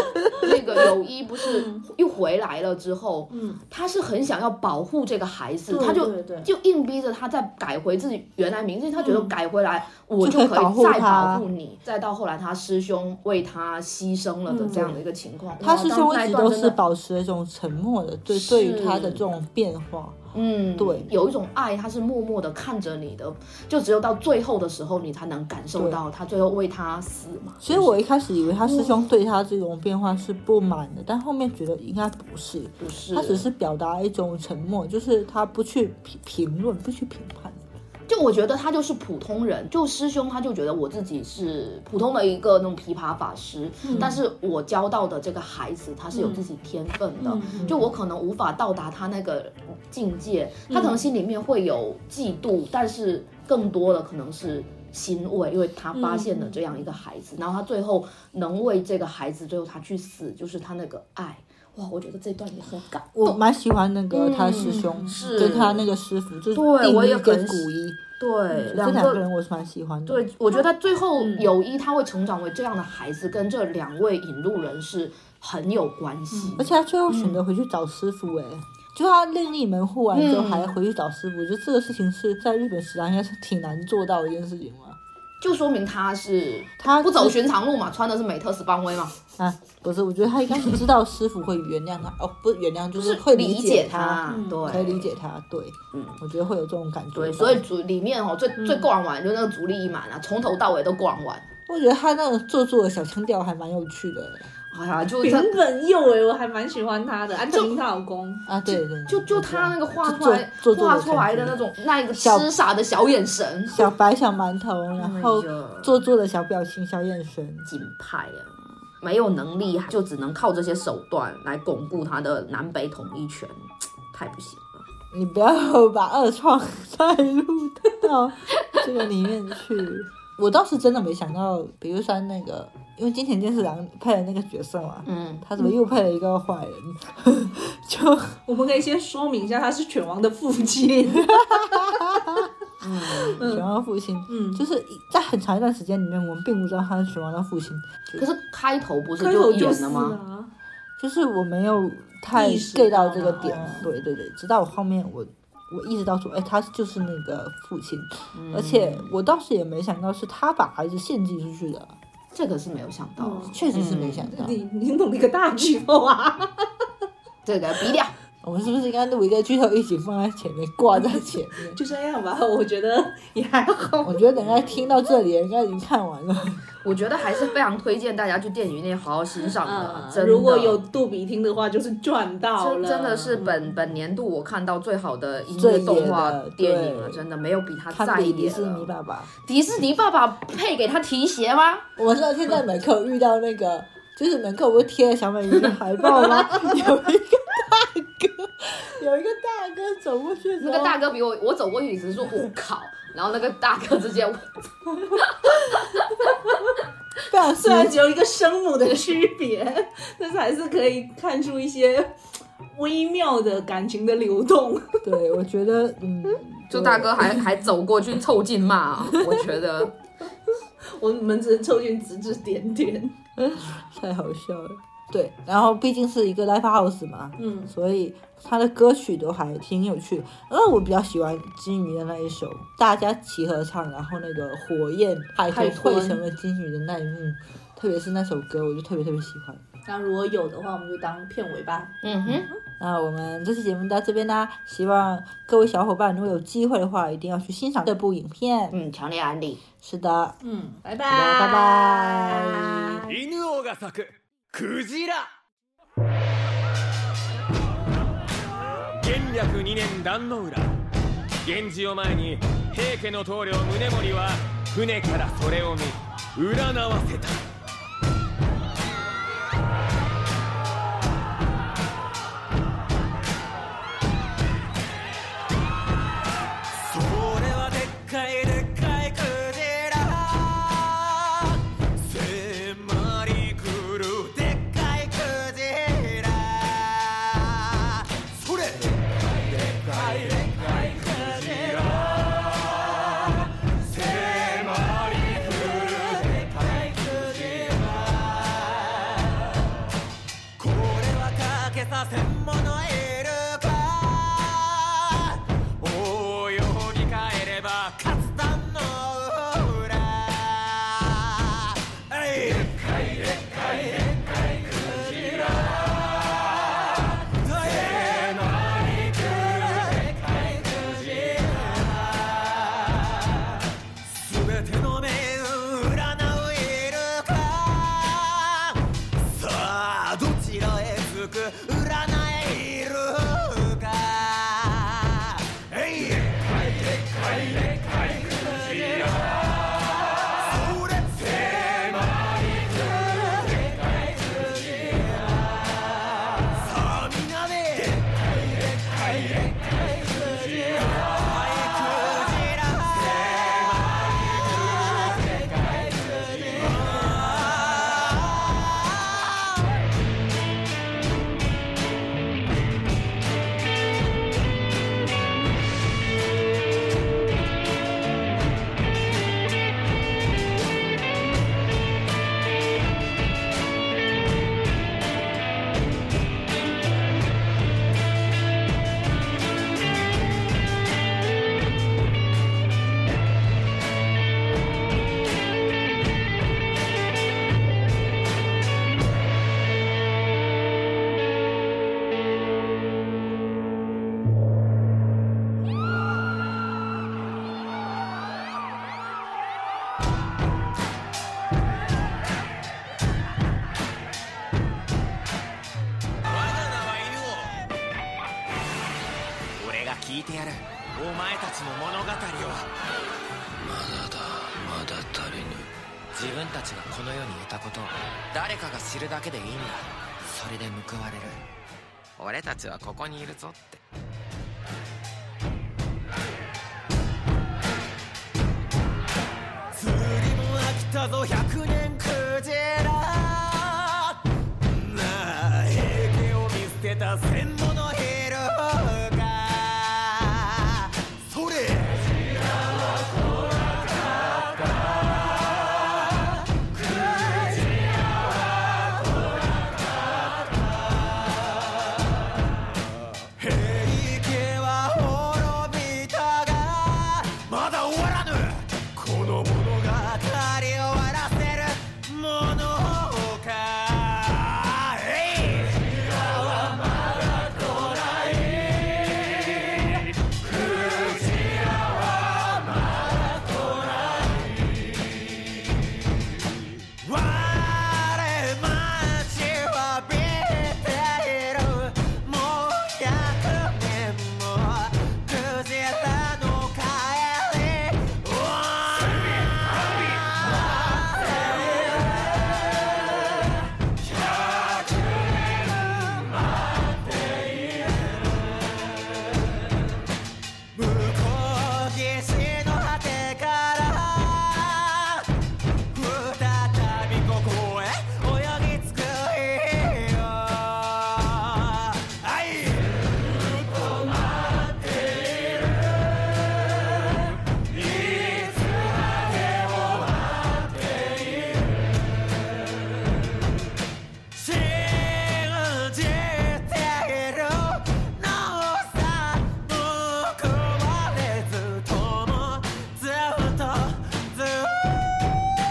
[SPEAKER 3] 那个友一不是
[SPEAKER 1] 嗯
[SPEAKER 3] 又回来了之后，
[SPEAKER 2] 嗯，
[SPEAKER 3] 他是很想要保护这个孩子，
[SPEAKER 2] 对
[SPEAKER 3] 他就
[SPEAKER 2] 对对
[SPEAKER 3] 就硬逼着他再改回自己原来名字，他觉得
[SPEAKER 2] 嗯
[SPEAKER 3] 改回来我
[SPEAKER 1] 就可以
[SPEAKER 3] 可
[SPEAKER 1] 保
[SPEAKER 3] 以
[SPEAKER 1] 护
[SPEAKER 3] 再
[SPEAKER 1] 他
[SPEAKER 3] 保护你。再到后来他师兄为他牺牲了的
[SPEAKER 2] 嗯
[SPEAKER 3] 这样的一个情况，
[SPEAKER 1] 他
[SPEAKER 3] 哇
[SPEAKER 1] 师
[SPEAKER 3] 当
[SPEAKER 1] 兄
[SPEAKER 3] 那
[SPEAKER 1] 一直
[SPEAKER 3] 段
[SPEAKER 1] 都
[SPEAKER 3] 真
[SPEAKER 1] 是
[SPEAKER 3] 的
[SPEAKER 1] 保持一种沉默的，对对于他的
[SPEAKER 3] 是
[SPEAKER 1] 这种变化，
[SPEAKER 3] 嗯，
[SPEAKER 1] 对
[SPEAKER 3] 有一种爱，他是默默的看着你的，就只有到最后的时候，你才能感受
[SPEAKER 1] 对
[SPEAKER 3] 到他最后为他死嘛。
[SPEAKER 1] 所以我一开始以为他师兄对他这种变化是不满的，但后面觉得应该不是，
[SPEAKER 3] 不是，
[SPEAKER 1] 他只是表达一种沉默，就是他不去评评论，不去评判。
[SPEAKER 3] 就我觉得他就是普通人，就师兄他就觉得我自己是普通的一个那种琵琶法师，但是我教到的这个孩子他是有自己天分的，就我可能无法到达他那个境界，他可能心里面会有嫉妒，但是更多的可能是。欣慰，因为他发现了这样一个孩子，然后他最后能为这个孩子，最后他去死，就是他那个爱，哇，我觉得这段也很感动。
[SPEAKER 1] 我蛮喜欢那个他师兄
[SPEAKER 3] 嗯是
[SPEAKER 1] 跟他那个师傅，就是
[SPEAKER 3] 对
[SPEAKER 1] 定
[SPEAKER 3] 我也
[SPEAKER 1] 一跟
[SPEAKER 3] 很
[SPEAKER 1] 古一，这
[SPEAKER 3] 对，两
[SPEAKER 1] 两
[SPEAKER 3] 个
[SPEAKER 1] 个人我是蛮喜欢的。
[SPEAKER 3] 对，我觉得最后友一他会成长为这样的孩子，跟这两位引路人是很有关系。
[SPEAKER 1] 而且他最后
[SPEAKER 3] 嗯
[SPEAKER 1] 选择回去找师傅、欸，就他另立门户完之后
[SPEAKER 3] 嗯
[SPEAKER 1] 还回去找师傅，就这个事情是在日本史上应该是挺难做到的一件事情嘛。
[SPEAKER 3] 就说明他是
[SPEAKER 1] 他
[SPEAKER 3] 不走
[SPEAKER 1] 知
[SPEAKER 3] 寻常路嘛，穿的是美特斯邦威嘛，
[SPEAKER 1] 啊，不是，我觉得他应该是知道师傅会原谅他，哦，不原谅就
[SPEAKER 3] 就是
[SPEAKER 1] 是会
[SPEAKER 3] 理
[SPEAKER 1] 解嗯
[SPEAKER 3] 他，对，
[SPEAKER 1] 可以理。解他，对，
[SPEAKER 3] 嗯，
[SPEAKER 1] 我觉得会有这种感觉吧。
[SPEAKER 3] 对，所以主里面哦，最最逛完就是那个主力一满啊，从头到尾都逛完。
[SPEAKER 1] 我觉得他那个做作的小腔调还蛮有趣的，
[SPEAKER 3] 哎呀，就他
[SPEAKER 2] 平本佑哎，我还蛮喜欢她的，安藤樱她老公。
[SPEAKER 1] 啊，对对，
[SPEAKER 3] 就就他那个画出来
[SPEAKER 1] 做做作
[SPEAKER 3] 画
[SPEAKER 1] 的
[SPEAKER 3] 出来
[SPEAKER 1] 感
[SPEAKER 3] 的
[SPEAKER 1] 觉
[SPEAKER 3] 那种那一个
[SPEAKER 1] 小
[SPEAKER 3] 痴傻的小眼神，
[SPEAKER 1] 小白小馒头，然后
[SPEAKER 3] 哎呀
[SPEAKER 1] 做作的小表情、小眼神，
[SPEAKER 3] 金派啊，没有能力就只能靠这些手段来巩固他的南北统一权，太不行了。
[SPEAKER 1] 你不要把二创带入到这个里面去。我倒是真的没想到，比如说那个，因为金田健次郎配的那个角色嘛，
[SPEAKER 3] 嗯，
[SPEAKER 1] 他怎么又配了一个坏人？就
[SPEAKER 2] 我们可以先说明一下，他是犬王的父亲。
[SPEAKER 1] 拳王父亲，
[SPEAKER 2] 嗯
[SPEAKER 1] 就是在很长一段时间里面，我们并不知道他是拳王的父亲，
[SPEAKER 3] 可是开头不是
[SPEAKER 2] 开头就
[SPEAKER 3] 演
[SPEAKER 2] 是
[SPEAKER 3] 了吗？
[SPEAKER 2] 啊，
[SPEAKER 1] 就是我没有太
[SPEAKER 2] 意识
[SPEAKER 1] get
[SPEAKER 2] 到
[SPEAKER 1] 到这个点
[SPEAKER 2] 哦。
[SPEAKER 1] 对对对，直到我后面我我意识到说，哎，他就是那个父亲，
[SPEAKER 2] 嗯
[SPEAKER 1] 而且我当时也没想到是他把孩子献祭出去的，
[SPEAKER 3] 这个是没有想到，
[SPEAKER 2] 嗯
[SPEAKER 1] 确实是没想到。
[SPEAKER 2] 你你努力个大举头啊！
[SPEAKER 3] 这个比掉。
[SPEAKER 1] 我们是不是应该录一个剧透一起放在前面，挂在前 面
[SPEAKER 2] ？就这样吧，我觉得也还好。
[SPEAKER 1] 我觉得等下听到这里，应该已经看完了。
[SPEAKER 3] 我觉得还是非常推荐大家去电影院好好欣赏的，真的。
[SPEAKER 2] 嗯如果有杜比听的话，就是赚到
[SPEAKER 3] 真
[SPEAKER 2] 了。
[SPEAKER 3] 真的是本本年度我看到最好的音乐
[SPEAKER 1] 最野
[SPEAKER 3] 动画
[SPEAKER 1] 的
[SPEAKER 3] 电影了，
[SPEAKER 1] 对
[SPEAKER 3] 真的没有比它
[SPEAKER 1] 看
[SPEAKER 3] 再
[SPEAKER 1] 比
[SPEAKER 3] 野
[SPEAKER 1] 迪士尼
[SPEAKER 3] 了。
[SPEAKER 1] 爸爸，
[SPEAKER 3] 迪士尼爸爸配给他提鞋吗？
[SPEAKER 1] 我那天在门口遇到那 个，就是门口不是贴了小美人鱼的海报吗？有一个大哥，有一个大哥走过去，
[SPEAKER 3] 那个大，哥比我，我走过去只是说我靠，然后那个大哥直接我
[SPEAKER 1] 非常
[SPEAKER 2] 虽
[SPEAKER 1] 帅
[SPEAKER 2] 然，只有一个声母的区别， 但是还是可以看出一些微妙的感情的流动。
[SPEAKER 1] 对我觉得， 嗯，
[SPEAKER 3] 就大哥还还走过去凑近骂，啊我觉得
[SPEAKER 2] 我们只是凑近指指点点。
[SPEAKER 1] 太好笑了。对，然后毕竟是一个 live house 嘛，
[SPEAKER 2] 嗯，
[SPEAKER 1] 所以他的歌曲都还挺有趣。呃，我比较喜欢金鱼的那一首，大家齐合唱，然后那个火焰海
[SPEAKER 2] 海
[SPEAKER 1] 豚汇
[SPEAKER 2] 豚
[SPEAKER 1] 成了金鱼的那一幕，特别是那首歌，我就特别特别喜欢。
[SPEAKER 2] 那如果有的话，我们就当片尾吧。
[SPEAKER 3] 嗯哼，
[SPEAKER 1] 那我们这期节目到这边啦，希望各位小伙伴如果有机会的话，一定要去欣赏这部影片。
[SPEAKER 3] 嗯，强烈安利。
[SPEAKER 1] 是的，
[SPEAKER 2] 嗯，拜拜，
[SPEAKER 1] 拜拜。
[SPEAKER 4] 犬王が咲くクジラ元暦2年壇の浦源氏を前に平家の棟梁宗盛は船からそれを見占わせたそれはでっかいでっかいクジラ迫り来るでっかいクジラそれでっかいでっかいクジラ迫り来るでっかいクジラこれはかけさせんものいるかお泳ぎ帰ればカツダンの裏えいでっかいでっかいでっかいクジラ迫り来るでっかいクジラすべての面占ういるかさあどちらへつく占いいるかえいでっかいでっかいでっかいクジラそれ迫り来るでっかいクジラさあみんなででっかいでっかいでっかいクジラでっかいクジラ聞いてやるお前たちの物語をまだだ
[SPEAKER 5] まだ足りぬ
[SPEAKER 4] 自分たちがこの世にいたことを誰かが知るだけでいいんだそれで報われる俺たちはここにいるぞって釣りも飽きたぞ100年クジラなあ平家を見捨てた戦後のヘローがそれ平家は滅びたがまだ終わらぬこの物語を終わらせるものかえい我々街は見ているもう百年もくじらの帰り向こう岸の果てから再びここへ泳ぎ着く日よはい信じているのさ報われずともずっとずっ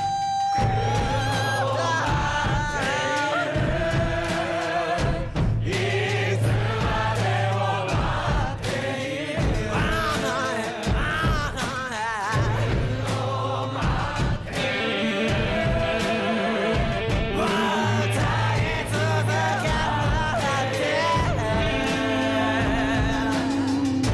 [SPEAKER 4] と歌い続けるなんて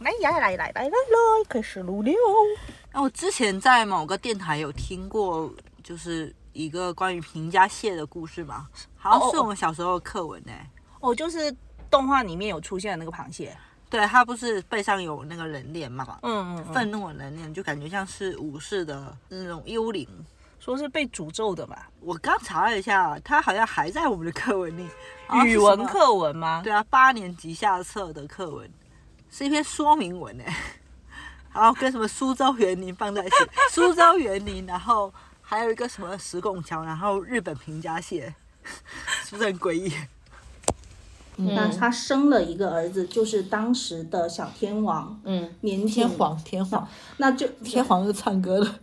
[SPEAKER 6] 来呀来来来来来，开始录了。
[SPEAKER 1] 哦那我之前在某个电台有听过，就是一个关于平家蟹的故事嘛，好像是我们小时候的课文哎、
[SPEAKER 6] 哦，就是动画里面有出现的那个螃蟹。
[SPEAKER 1] 对，它不是背上有那个人脸嘛，
[SPEAKER 6] 嗯嗯
[SPEAKER 1] 愤怒的人脸，就感觉像是武士的那种幽灵。
[SPEAKER 6] 说是被诅咒的嘛，
[SPEAKER 1] 我刚查了一下，它好像还在我们的课文里，好像是
[SPEAKER 6] 语
[SPEAKER 1] 什么
[SPEAKER 6] 文。课文吗？
[SPEAKER 1] 对啊，八年级下册的课文是一篇说明文欸 哎，然后跟什么苏州园林放在一起，苏州园林，然后还有一个什么石拱桥，然后日本平家蟹， 是不是很诡异？
[SPEAKER 2] 嗯
[SPEAKER 1] 嗯
[SPEAKER 2] 那他生了一个儿子，就是当时的小天王，
[SPEAKER 3] 嗯，
[SPEAKER 2] 年
[SPEAKER 1] 天
[SPEAKER 2] 仅
[SPEAKER 1] 皇，天皇，
[SPEAKER 2] 那就
[SPEAKER 1] 天皇就唱歌了。